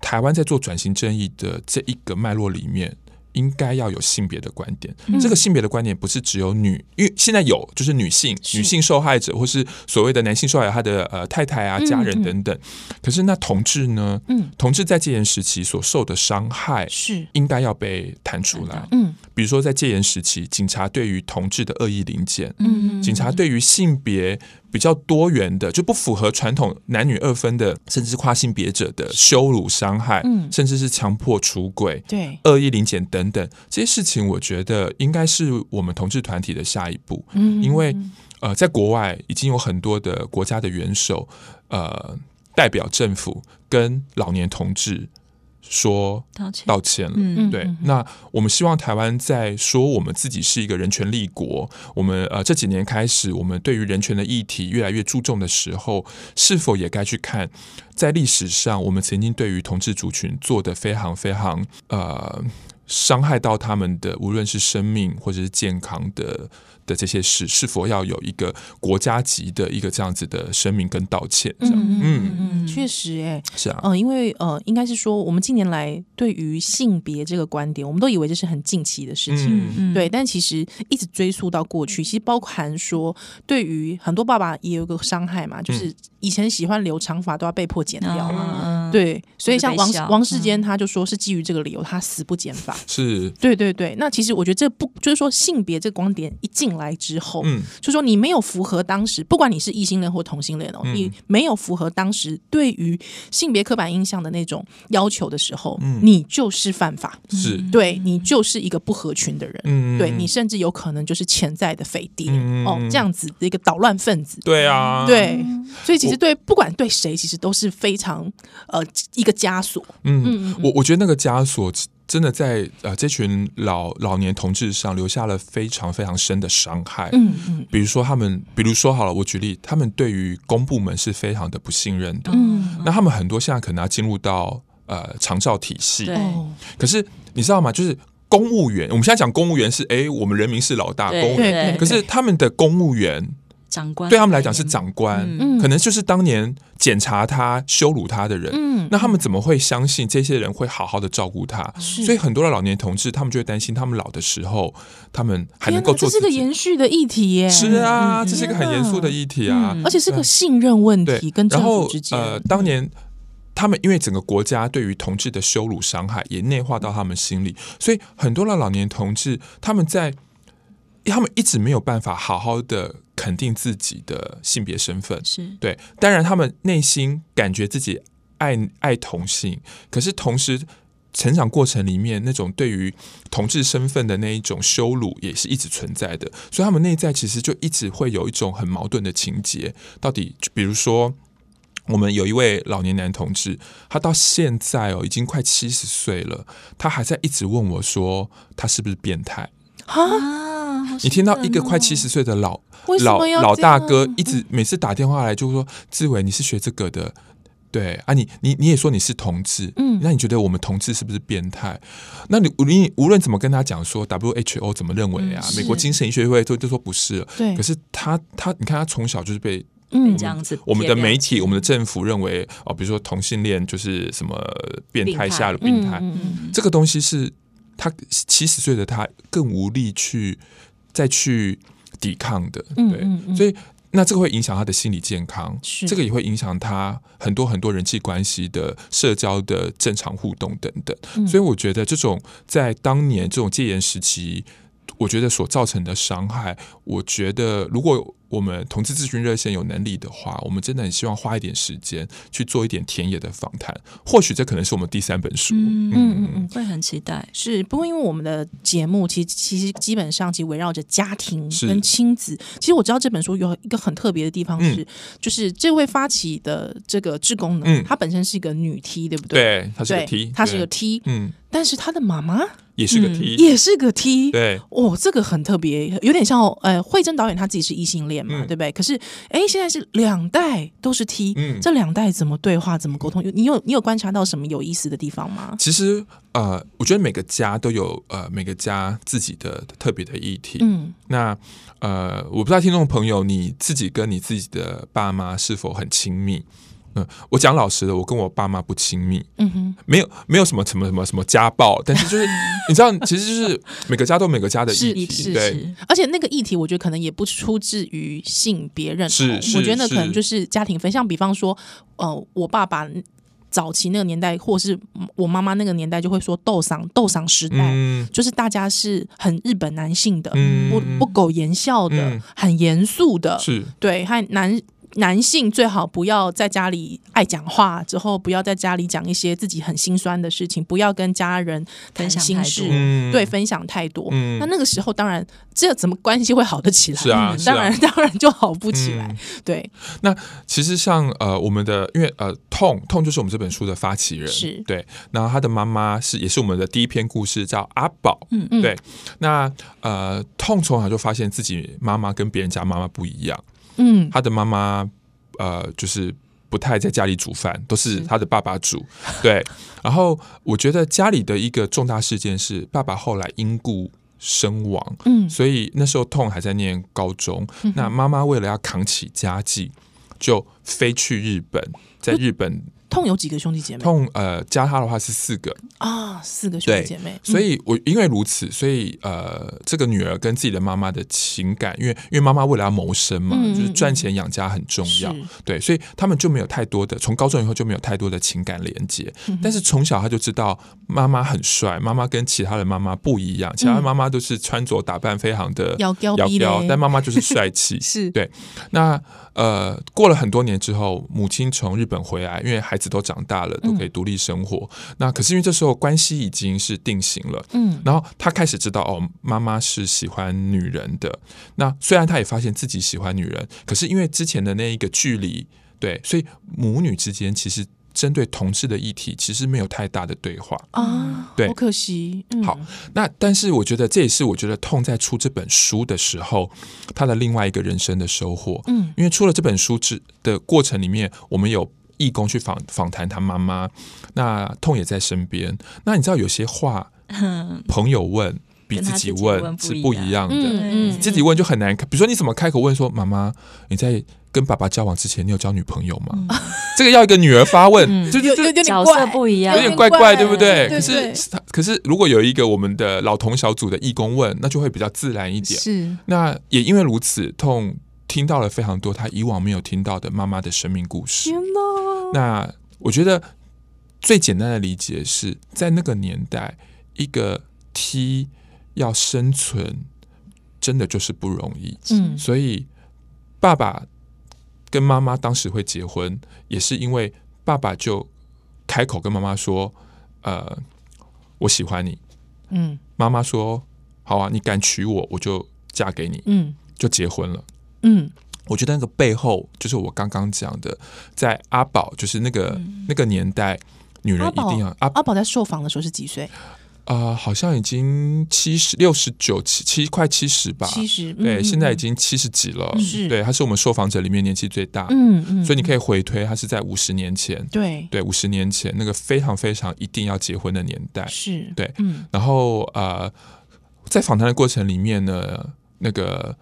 Speaker 3: 台湾在做转型正义的这一个脉络里面，应该要有性别的观点。
Speaker 1: 嗯
Speaker 3: 这个性别的观点不是只有女，因为现在有就是女性、
Speaker 1: 是
Speaker 3: 女性受害者，或是所谓的男性受害者，他的呃太太啊、
Speaker 1: 嗯
Speaker 3: 家人
Speaker 1: 嗯
Speaker 3: 等等。可是那同志呢？
Speaker 1: 嗯
Speaker 3: 同志在戒严时期所受的伤害，
Speaker 1: 是
Speaker 3: 应该要被谈出来。
Speaker 1: 嗯
Speaker 3: 比如说，在戒严时期，警察对于同志的恶意临检，
Speaker 1: 嗯
Speaker 3: 警察对于性别比较多元的，就不符合传统男女二分的，甚至是跨性别者的羞辱、伤害，
Speaker 1: 嗯
Speaker 3: 甚至是强迫出轨、
Speaker 1: 对
Speaker 3: 恶意临检等等这些事情，我觉得应该是我们同志团体的下一步，
Speaker 1: 嗯
Speaker 3: 因为呃，在国外已经有很多的国家的元首，呃，代表政府跟老年同志说
Speaker 2: 道歉，
Speaker 3: 道歉了。
Speaker 2: 嗯
Speaker 3: 对，那我们希望台湾在说我们自己是一个人权立国，我们呃这几年开始，我们对于人权的议题越来越注重的时候，是否也该去看，在历史上我们曾经对于同志族群做的非常非常呃伤害到他们的，无论是生命或者是健康的的这些事，是否要有一个国家级的一个这样子的声明跟道歉？这样、
Speaker 1: 嗯
Speaker 3: 嗯
Speaker 1: 嗯嗯，确实哎、
Speaker 3: 是啊，
Speaker 1: 嗯、因为呃，应该是说我们近年来对于性别这个观点，我们都以为这是很近期的事情。
Speaker 3: 嗯，
Speaker 1: 对，但其实一直追溯到过去，其实包含说，对于很多爸爸也有一个伤害嘛，就是以前喜欢留长发都要被迫剪掉嘛。
Speaker 2: 嗯，
Speaker 1: 对，所以像王
Speaker 2: 被笑
Speaker 1: 王世坚他就说是基于这个理由，他死不剪发。
Speaker 3: 是，
Speaker 1: 对对对，那其实我觉得这不就是说性别这个观点一进来之后，
Speaker 3: 嗯，
Speaker 1: 就说你没有符合当时，不管你是异性恋或同性恋哦，
Speaker 3: 嗯
Speaker 1: 你没有符合当时对于性别刻板印象的那种要求的时候，
Speaker 3: 嗯
Speaker 1: 你就是犯法，
Speaker 3: 是，
Speaker 1: 对你就是一个不合群的人，
Speaker 3: 嗯，
Speaker 1: 对你甚至有可能就是潜在的匪谍、
Speaker 3: 嗯
Speaker 1: 哦，这样子的一个捣乱分子。
Speaker 3: 对啊，。
Speaker 1: 对，所以其
Speaker 3: 我
Speaker 1: 实对不管对谁，其实都是非常呃一个枷锁。
Speaker 3: 嗯，我我觉得那个枷锁真的在呃这群老老年同志上留下了非常非常深的伤害。
Speaker 1: 嗯嗯
Speaker 3: 比如说他们，比如说好了，我举例，他们对于公部门是非常的不信任的。
Speaker 1: 嗯，
Speaker 3: 那他们很多现在可能要进入到呃长照体系
Speaker 2: 对，
Speaker 1: 哦，
Speaker 3: 可是你知道吗？就是公务员，我们现在讲公务员是哎，诶我们人民是老大，
Speaker 2: 对
Speaker 3: 公务员，
Speaker 1: 对，
Speaker 3: 可是他们的公务员
Speaker 2: 长官
Speaker 3: 对他们来讲是长官，
Speaker 1: 嗯
Speaker 3: 可能就是当年检查他、羞辱他的人。
Speaker 1: 嗯
Speaker 3: 那他们怎么会相信这些人会好好的照顾他？
Speaker 1: 是
Speaker 3: 所以很多的老年同志，他们就会担心，他们老的时候，他们还能够做
Speaker 1: 天哪这
Speaker 3: 自
Speaker 1: 是个
Speaker 3: 己。
Speaker 1: 延续的议题耶，
Speaker 3: 是啊，
Speaker 2: 嗯嗯
Speaker 3: 这是一个很严肃的议题啊。
Speaker 2: 嗯
Speaker 1: 而且是个信任问
Speaker 3: 对
Speaker 1: 题，跟，政
Speaker 3: 然
Speaker 1: 府
Speaker 3: 后
Speaker 1: 之间，嗯
Speaker 3: 呃，当年他们因为整个国家对于同志的羞辱伤害也内化到他们心里，所以很多的老年同志他们在他们一直没有办法好好的肯定自己的性别身份，
Speaker 2: 是
Speaker 3: 对，当然他们内心感觉自己爱爱同性，可是同时成长过程里面那种对于同志身份的那一种羞辱也是一直存在的，所以他们内在其实就一直会有一种很矛盾的情节。到底，就比如说。我们有一位老年男同志，他到现在哦，已经快七十岁了，他还在一直问我说，他是不是变态？
Speaker 1: 啊，
Speaker 2: 啊，好
Speaker 3: 你听到一
Speaker 2: 心
Speaker 3: 个
Speaker 2: 疼哦
Speaker 3: 快七十岁的老
Speaker 1: 为什
Speaker 3: 老
Speaker 1: 么要
Speaker 3: 老
Speaker 1: 这样啊嗯
Speaker 3: 大哥一直每次打电话来就说：“志伟，你是学这个的，对啊你，你你也说你是同志，
Speaker 1: 嗯
Speaker 3: 那你觉得我们同志是不是变态？那你你无论怎么跟他讲说 WHO 怎么认为啊，
Speaker 2: 嗯
Speaker 3: 美国
Speaker 2: 是
Speaker 3: 精神医学会就就说不是了，
Speaker 1: 对
Speaker 3: 可，是他他你看他从小就是被
Speaker 1: 嗯
Speaker 2: 这样子贴标签，
Speaker 3: 我们的媒体、我们的政府认为哦，比如说同性恋就是什么变态
Speaker 2: 病态
Speaker 3: 下的病态，
Speaker 1: 嗯嗯嗯
Speaker 2: 嗯，
Speaker 3: 这个东西是他七十岁的他更无力去再去抵抗的，
Speaker 1: 嗯
Speaker 3: 对，
Speaker 1: 嗯嗯
Speaker 3: 所以那这个会影响他的心理健康，
Speaker 1: 是
Speaker 3: 这个也会影响他很多很多人际关系的社交的正常互动等等。
Speaker 1: 嗯
Speaker 3: 所以我觉得这种在当年这种戒严时期，我觉得所造成的伤害，我觉得如果我们同志咨询热线有能力的话，我们真的很希望花一点时间去做一点田野的访谈，或许这可能是我们第三本书。
Speaker 2: 嗯
Speaker 1: 嗯嗯嗯。
Speaker 2: 会很期待。
Speaker 1: 是，不过因为我们的节目其实其实基本上其实围绕着家庭
Speaker 3: 是
Speaker 1: 跟亲子。其实我知道这本书有一个很特别的地方
Speaker 3: 嗯
Speaker 1: 是，就是这位发起的这个志工呢，
Speaker 3: 嗯
Speaker 1: 她本身是一个女 T，对不对？
Speaker 3: 对，他是个 T，
Speaker 1: 她是个
Speaker 3: 对
Speaker 1: T，
Speaker 3: 嗯，
Speaker 1: 但是她的妈妈
Speaker 3: 也是个
Speaker 2: 嗯
Speaker 3: T，、
Speaker 1: 也是个 T。
Speaker 3: 对，
Speaker 1: 哦，这个很特别，有点像呃，慧珍导演她自己是异性恋嘛，
Speaker 3: 嗯
Speaker 1: 对不对？可是哎，现在是两代都是 T，、
Speaker 3: 嗯
Speaker 1: 这两代怎么对话、怎么沟通？有你有你有观察到什么有意思的地方吗？
Speaker 3: 其实呃，我觉得每个家都有呃每个家自己的特别的议题。
Speaker 1: 嗯，
Speaker 3: 那呃，我不知道听众朋友你自己跟你自己的爸妈是否很亲密？嗯，我讲老实的，我跟我爸妈不亲密，
Speaker 1: 嗯哼，
Speaker 3: 没有没有什么什么什么什么家暴，但是就是 你知道，其实就是每个家都有每个家的
Speaker 1: 是
Speaker 3: 议
Speaker 2: 是
Speaker 3: 题，对。
Speaker 2: 是，
Speaker 1: 而且那个议题，我觉得可能也不出自于性别认同，
Speaker 3: 是是
Speaker 1: 我觉得
Speaker 3: 是
Speaker 1: 可能就是家庭分。像比方说，呃，我爸爸早期那个年代，或是我妈妈那个年代，就会说斗赏斗赏时代。
Speaker 3: 嗯，
Speaker 1: 就是大家是很日本男性的，
Speaker 3: 嗯
Speaker 1: 不不苟言笑的，
Speaker 3: 嗯
Speaker 1: 很严肃的，
Speaker 3: 是
Speaker 1: 对，和男男性最好不要在家里爱讲话，之后不要在家里讲一些自己很心酸的事情，不要跟家人谈
Speaker 2: 分享
Speaker 1: 心
Speaker 2: 太
Speaker 1: 事，
Speaker 2: 多
Speaker 3: 嗯
Speaker 1: 对，分享太多。
Speaker 3: 嗯
Speaker 1: 那那个时候当然这怎么关系会好得起来？
Speaker 3: 是啊
Speaker 1: 嗯
Speaker 3: 是啊
Speaker 1: 当然 当然就好不起来。
Speaker 3: 嗯
Speaker 1: 对，
Speaker 3: 其实像呃，我们的因为呃，痛痛就是我们这本书的发起人，
Speaker 1: 是
Speaker 3: 对。然后他的妈妈是也是我们的第一篇故事，叫阿宝。
Speaker 2: 嗯
Speaker 1: 嗯
Speaker 3: 对。那呃，痛从小就发现自己妈妈跟别人家妈妈不一样，
Speaker 1: 嗯，
Speaker 3: 他的妈妈呃就是不太在家里煮饭，都是
Speaker 1: 是
Speaker 3: 他的爸爸煮。对。然后我觉得家里的一个重大事件是爸爸后来因故身亡，
Speaker 1: 嗯
Speaker 3: 所以那时候痛还在念高中，那妈妈为了要扛起家计，就飞去日本，在日本
Speaker 1: 痛有几个兄弟姐妹
Speaker 3: 痛呃加他的话是四个，
Speaker 1: 啊？四个兄弟
Speaker 3: 对
Speaker 1: 姐妹，
Speaker 3: 所
Speaker 1: 嗯
Speaker 3: 以我因为如此，所以呃这个女儿跟自己的妈妈的情感，因为因为妈妈为了要谋生嘛，
Speaker 1: 嗯嗯
Speaker 3: 就是赚钱养家很重要，
Speaker 1: 是
Speaker 3: 对，所以他们就没有太多的从高中以后就没有太多的情感连接，
Speaker 1: 嗯
Speaker 3: 但是从小他就知道妈妈很帅，妈妈跟其他的妈妈不一样，其
Speaker 1: 嗯
Speaker 3: 他的妈妈都是穿着打扮非常的
Speaker 1: 摇摇
Speaker 3: 摇
Speaker 1: 嗯逼
Speaker 3: 摇
Speaker 1: 嘞，。
Speaker 3: 但妈妈就是帅气
Speaker 1: 是
Speaker 3: 对那呃，过了很多年之后，母亲从日本回来，因为孩子都长大了，
Speaker 1: 嗯
Speaker 3: 都可以独立生活。那可是因为这时候关系已经是定型了，
Speaker 1: 嗯
Speaker 3: 然后他开始知道哦，妈妈是喜欢女人的。那虽然他也发现自己喜欢女人，可是因为之前的那一个距离，对，所以母女之间其实针对同志的议题，其实没有太大的对话。
Speaker 1: 啊，
Speaker 3: 对
Speaker 1: 好可惜。嗯、
Speaker 3: 好，那但是我觉得这也是我觉得痛在出这本书的时候，他的另外一个人生的收获。
Speaker 1: 嗯，
Speaker 3: 因为出了这本书之的过程里面，我们有义工去访访谈他妈妈，那痛也在身边。那你知道有些话，朋友问，比
Speaker 2: 跟他
Speaker 3: 自己
Speaker 2: 自己
Speaker 3: 问
Speaker 2: 问不
Speaker 3: 是
Speaker 2: 一
Speaker 3: 不
Speaker 2: 样
Speaker 3: 一样的。
Speaker 1: 嗯
Speaker 3: 你自己问就很难，比如说你怎么开口问说妈妈，你在跟爸爸交往之前，你有交女朋友吗？这个要一个女儿发问，
Speaker 2: 嗯
Speaker 3: 就
Speaker 1: 有
Speaker 3: 就
Speaker 1: 有有点
Speaker 2: 角
Speaker 1: 怪
Speaker 2: 色不一样，
Speaker 3: 有点怪怪，对不
Speaker 1: 对
Speaker 3: 对？可是
Speaker 1: 对
Speaker 3: 可是如果有一个我们的老同小组的义工问，那就会比较自然一点。
Speaker 1: 是
Speaker 3: 那也因为如此，痛听到了非常多他以往没有听到的妈妈的生命故事。
Speaker 1: 天哪，
Speaker 3: 那我觉得最简单的理解是在那个年代，一个 T 要生存，真的就是不容易。
Speaker 1: 嗯
Speaker 3: 所以爸爸跟妈妈当时会结婚，也是因为爸爸就开口跟妈妈说：“呃，我喜欢你。
Speaker 1: 嗯”
Speaker 3: 妈妈说：“好啊，你敢娶我，我就嫁给你。
Speaker 1: 嗯”
Speaker 3: 就结婚了。
Speaker 1: 嗯
Speaker 3: 我觉得那个背后就是我刚刚讲的，在阿宝就是那个、那个年代，女人
Speaker 1: 阿
Speaker 3: 一
Speaker 1: 宝
Speaker 3: 定要阿
Speaker 1: 嗯阿宝在受访的时候是几岁？
Speaker 3: 啊、好像已经七十六十九七七快七十吧，
Speaker 1: 七十。嗯
Speaker 3: 对，
Speaker 1: 嗯
Speaker 3: 现在已
Speaker 1: 嗯
Speaker 3: 经七十几了，
Speaker 1: 是
Speaker 3: 对，她是我们受访者里面年纪最大，
Speaker 1: 嗯嗯，
Speaker 3: 所以你
Speaker 1: 以
Speaker 3: 可以回推，她是在五十年前，
Speaker 1: 对
Speaker 3: 对，五十年前那个非常非常一定要结婚的年代。
Speaker 1: 是，
Speaker 3: 对
Speaker 1: 嗯
Speaker 3: 然后呃，在访谈的过程里面呢，那个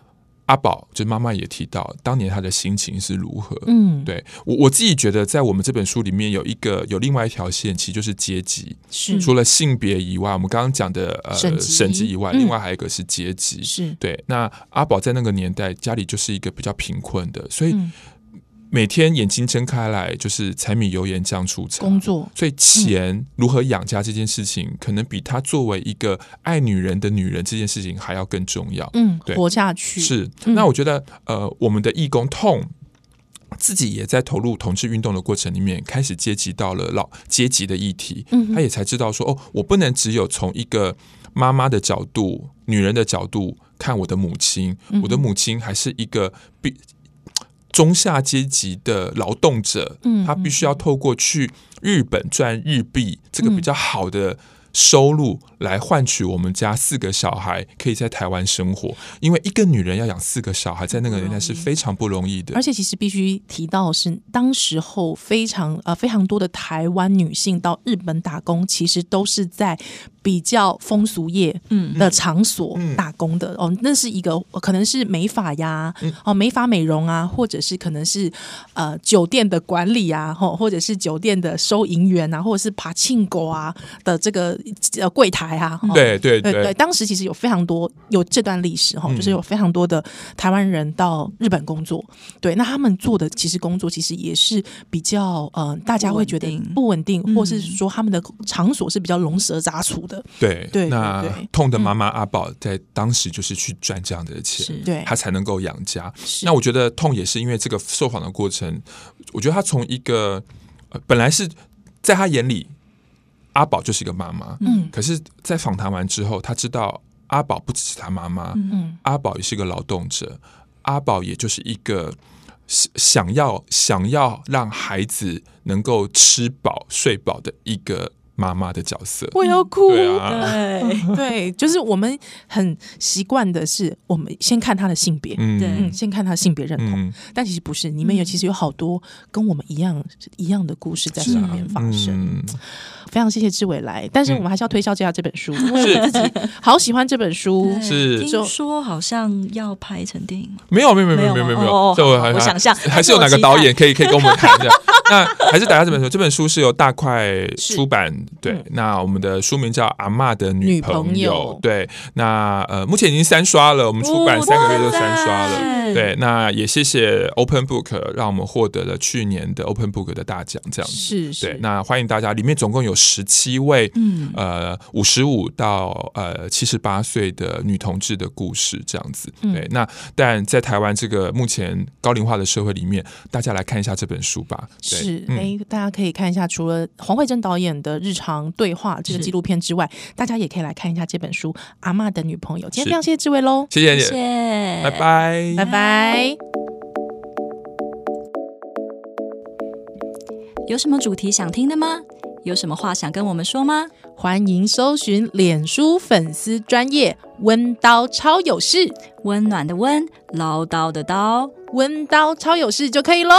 Speaker 3: 阿宝就妈妈也提到，当年她的心情是如何。
Speaker 1: 嗯
Speaker 3: 对我我自己觉得，在我们这本书里面有一个有另外一条线，其实就是阶级。
Speaker 1: 是
Speaker 3: 除了性别以外，我们刚刚讲的呃
Speaker 1: 嗯省级
Speaker 3: 省级以外，
Speaker 1: 嗯
Speaker 3: 另外还有一个是阶级。
Speaker 1: 是
Speaker 3: 对，那阿宝在那个年代家里就是一个比较贫困的，所以
Speaker 1: 嗯
Speaker 3: 每天眼睛睁开来就是柴米油盐酱醋茶。
Speaker 1: 工作
Speaker 3: 所以钱如何养家这件事情，可能比她作为一个爱女人的女人这件事情还要更重要。
Speaker 1: 嗯
Speaker 3: 对
Speaker 1: 活下去
Speaker 3: 是，
Speaker 1: 嗯
Speaker 3: 那我觉得，呃，我们的义工痛自己也在投入同志运动的过程里面，开始接及到了老阶级的议题，
Speaker 1: 嗯哼
Speaker 3: 他也才知道说，哦，我不能只有从一个妈妈的角度、女人的角度看我的母亲，
Speaker 1: 嗯哼
Speaker 3: 我的母亲还是一个必中下阶级的劳动者，
Speaker 1: 嗯
Speaker 3: 他必须要透过去日本赚日币这个
Speaker 1: 嗯
Speaker 3: 比较好的收入来换取我们家四个小孩可以在台湾生活，因为一个女人要养四个小孩，在那个年代是非常不容易的
Speaker 1: 嗯而。且其实必须提到的是，当时候非常呃非常多的台湾女性到日本打工，其实都是在比较风俗业的场所
Speaker 3: 嗯
Speaker 1: 打工的、哦，那是一个呃可能是美发呀，
Speaker 3: 嗯
Speaker 1: 哦美发美容啊，或者是可能是呃酒店的管理啊，吼、或者是酒店的收银员啊，或者是爬庆狗啊的这个呃柜台啊，哦
Speaker 3: 对对
Speaker 1: 对对，
Speaker 3: 对，
Speaker 1: 当时其实有非常多有这段历史哈，
Speaker 3: 嗯
Speaker 1: 就是有非常多的台湾人到日本工作，对，那他们做的其实工作其实也是比较呃，大家会觉得
Speaker 2: 不稳定
Speaker 1: 不稳定，
Speaker 2: 嗯
Speaker 1: 或是说他们的场所是比较龙蛇杂处的，
Speaker 3: 对
Speaker 1: 对
Speaker 3: 那
Speaker 1: 对嗯对
Speaker 3: 痛的妈妈阿宝在当时就是去赚这样的钱，
Speaker 2: 是
Speaker 1: 对，
Speaker 3: 她才能够养家。
Speaker 1: 是
Speaker 3: 那我觉得痛也是因为这个受访的过程，我觉得他从一个、呃本来是在他眼里，阿宝就是一个妈妈，
Speaker 1: 嗯
Speaker 3: 可是，在访谈完之后，他知道阿宝不只是他妈妈，
Speaker 1: 嗯
Speaker 3: 阿宝也是个劳动者，阿宝也就是一个想想要想要让孩子能够吃饱睡饱的一个妈妈的角色。
Speaker 1: 我要哭，
Speaker 3: 对啊，
Speaker 2: 对，
Speaker 1: 对，就是我们很习惯的是，我们先看他的性别，
Speaker 3: 嗯
Speaker 2: 对
Speaker 1: 嗯，先看他的性别认同，
Speaker 3: 嗯，
Speaker 1: 但其实不是，里面有其实有好多跟我们一样一样的故事在
Speaker 3: 是
Speaker 1: 里
Speaker 3: 啊
Speaker 1: 面发生。
Speaker 3: 嗯，
Speaker 1: 非常谢谢志伟来，但是我们还是要推销一下这本 书，因为我自己好喜欢这本书。
Speaker 3: 是
Speaker 2: 听说好像要拍成电影吗？
Speaker 3: 没有没有没有没有
Speaker 2: 没
Speaker 3: 没
Speaker 2: 有吗
Speaker 3: 有没有没
Speaker 2: 哦
Speaker 3: 有，
Speaker 2: 哦
Speaker 3: 这
Speaker 2: 好
Speaker 3: 还
Speaker 2: 我想象
Speaker 3: 还是有哪个导演可以可以跟我们谈一下？那还是大家这本书，这本书是由大块
Speaker 1: 是
Speaker 3: 出版，对
Speaker 1: 嗯。
Speaker 3: 那我们的书名叫《阿嬷的
Speaker 1: 女
Speaker 3: 女
Speaker 1: 朋
Speaker 3: 朋
Speaker 1: 友
Speaker 3: 友》，对。那呃，目前已经三刷了，我们出版
Speaker 2: 哦
Speaker 3: 三个月就
Speaker 2: 哇塞
Speaker 3: 三刷
Speaker 2: 哦
Speaker 3: 了，对。那也谢谢 Open Book，让我们获得了去年的 Open Book 的大奖，这样子。
Speaker 1: 是是
Speaker 3: 对，，那欢迎大家，里面总共有十七位，
Speaker 2: 嗯
Speaker 3: 呃，五十五到呃七十八岁的女同志的故事，这样子。
Speaker 1: 嗯
Speaker 3: 对，那但在台湾这个目前高龄化的社会里面，大家来看一下这本书吧。对
Speaker 1: 是，哎、
Speaker 3: 嗯，
Speaker 1: 大家可以看一下，除了黄慧珍导演的《日常对话》这个
Speaker 2: 是
Speaker 1: 纪录片之外，大家也可以来看一下这本书《阿嬷的女朋友》。今天
Speaker 3: 是
Speaker 1: 非常谢谢志伟喽，
Speaker 3: 谢谢
Speaker 2: 谢
Speaker 3: 你，
Speaker 2: 谢，
Speaker 3: 拜。
Speaker 1: 拜
Speaker 3: 拜
Speaker 1: 拜。
Speaker 2: 有什么主题想听的吗？有什么话想跟我们说吗？
Speaker 1: 欢迎搜寻脸书粉丝专业温刀超有事，
Speaker 2: 温暖的温，唠叨的叨。
Speaker 1: 温刀超有事就可以喽。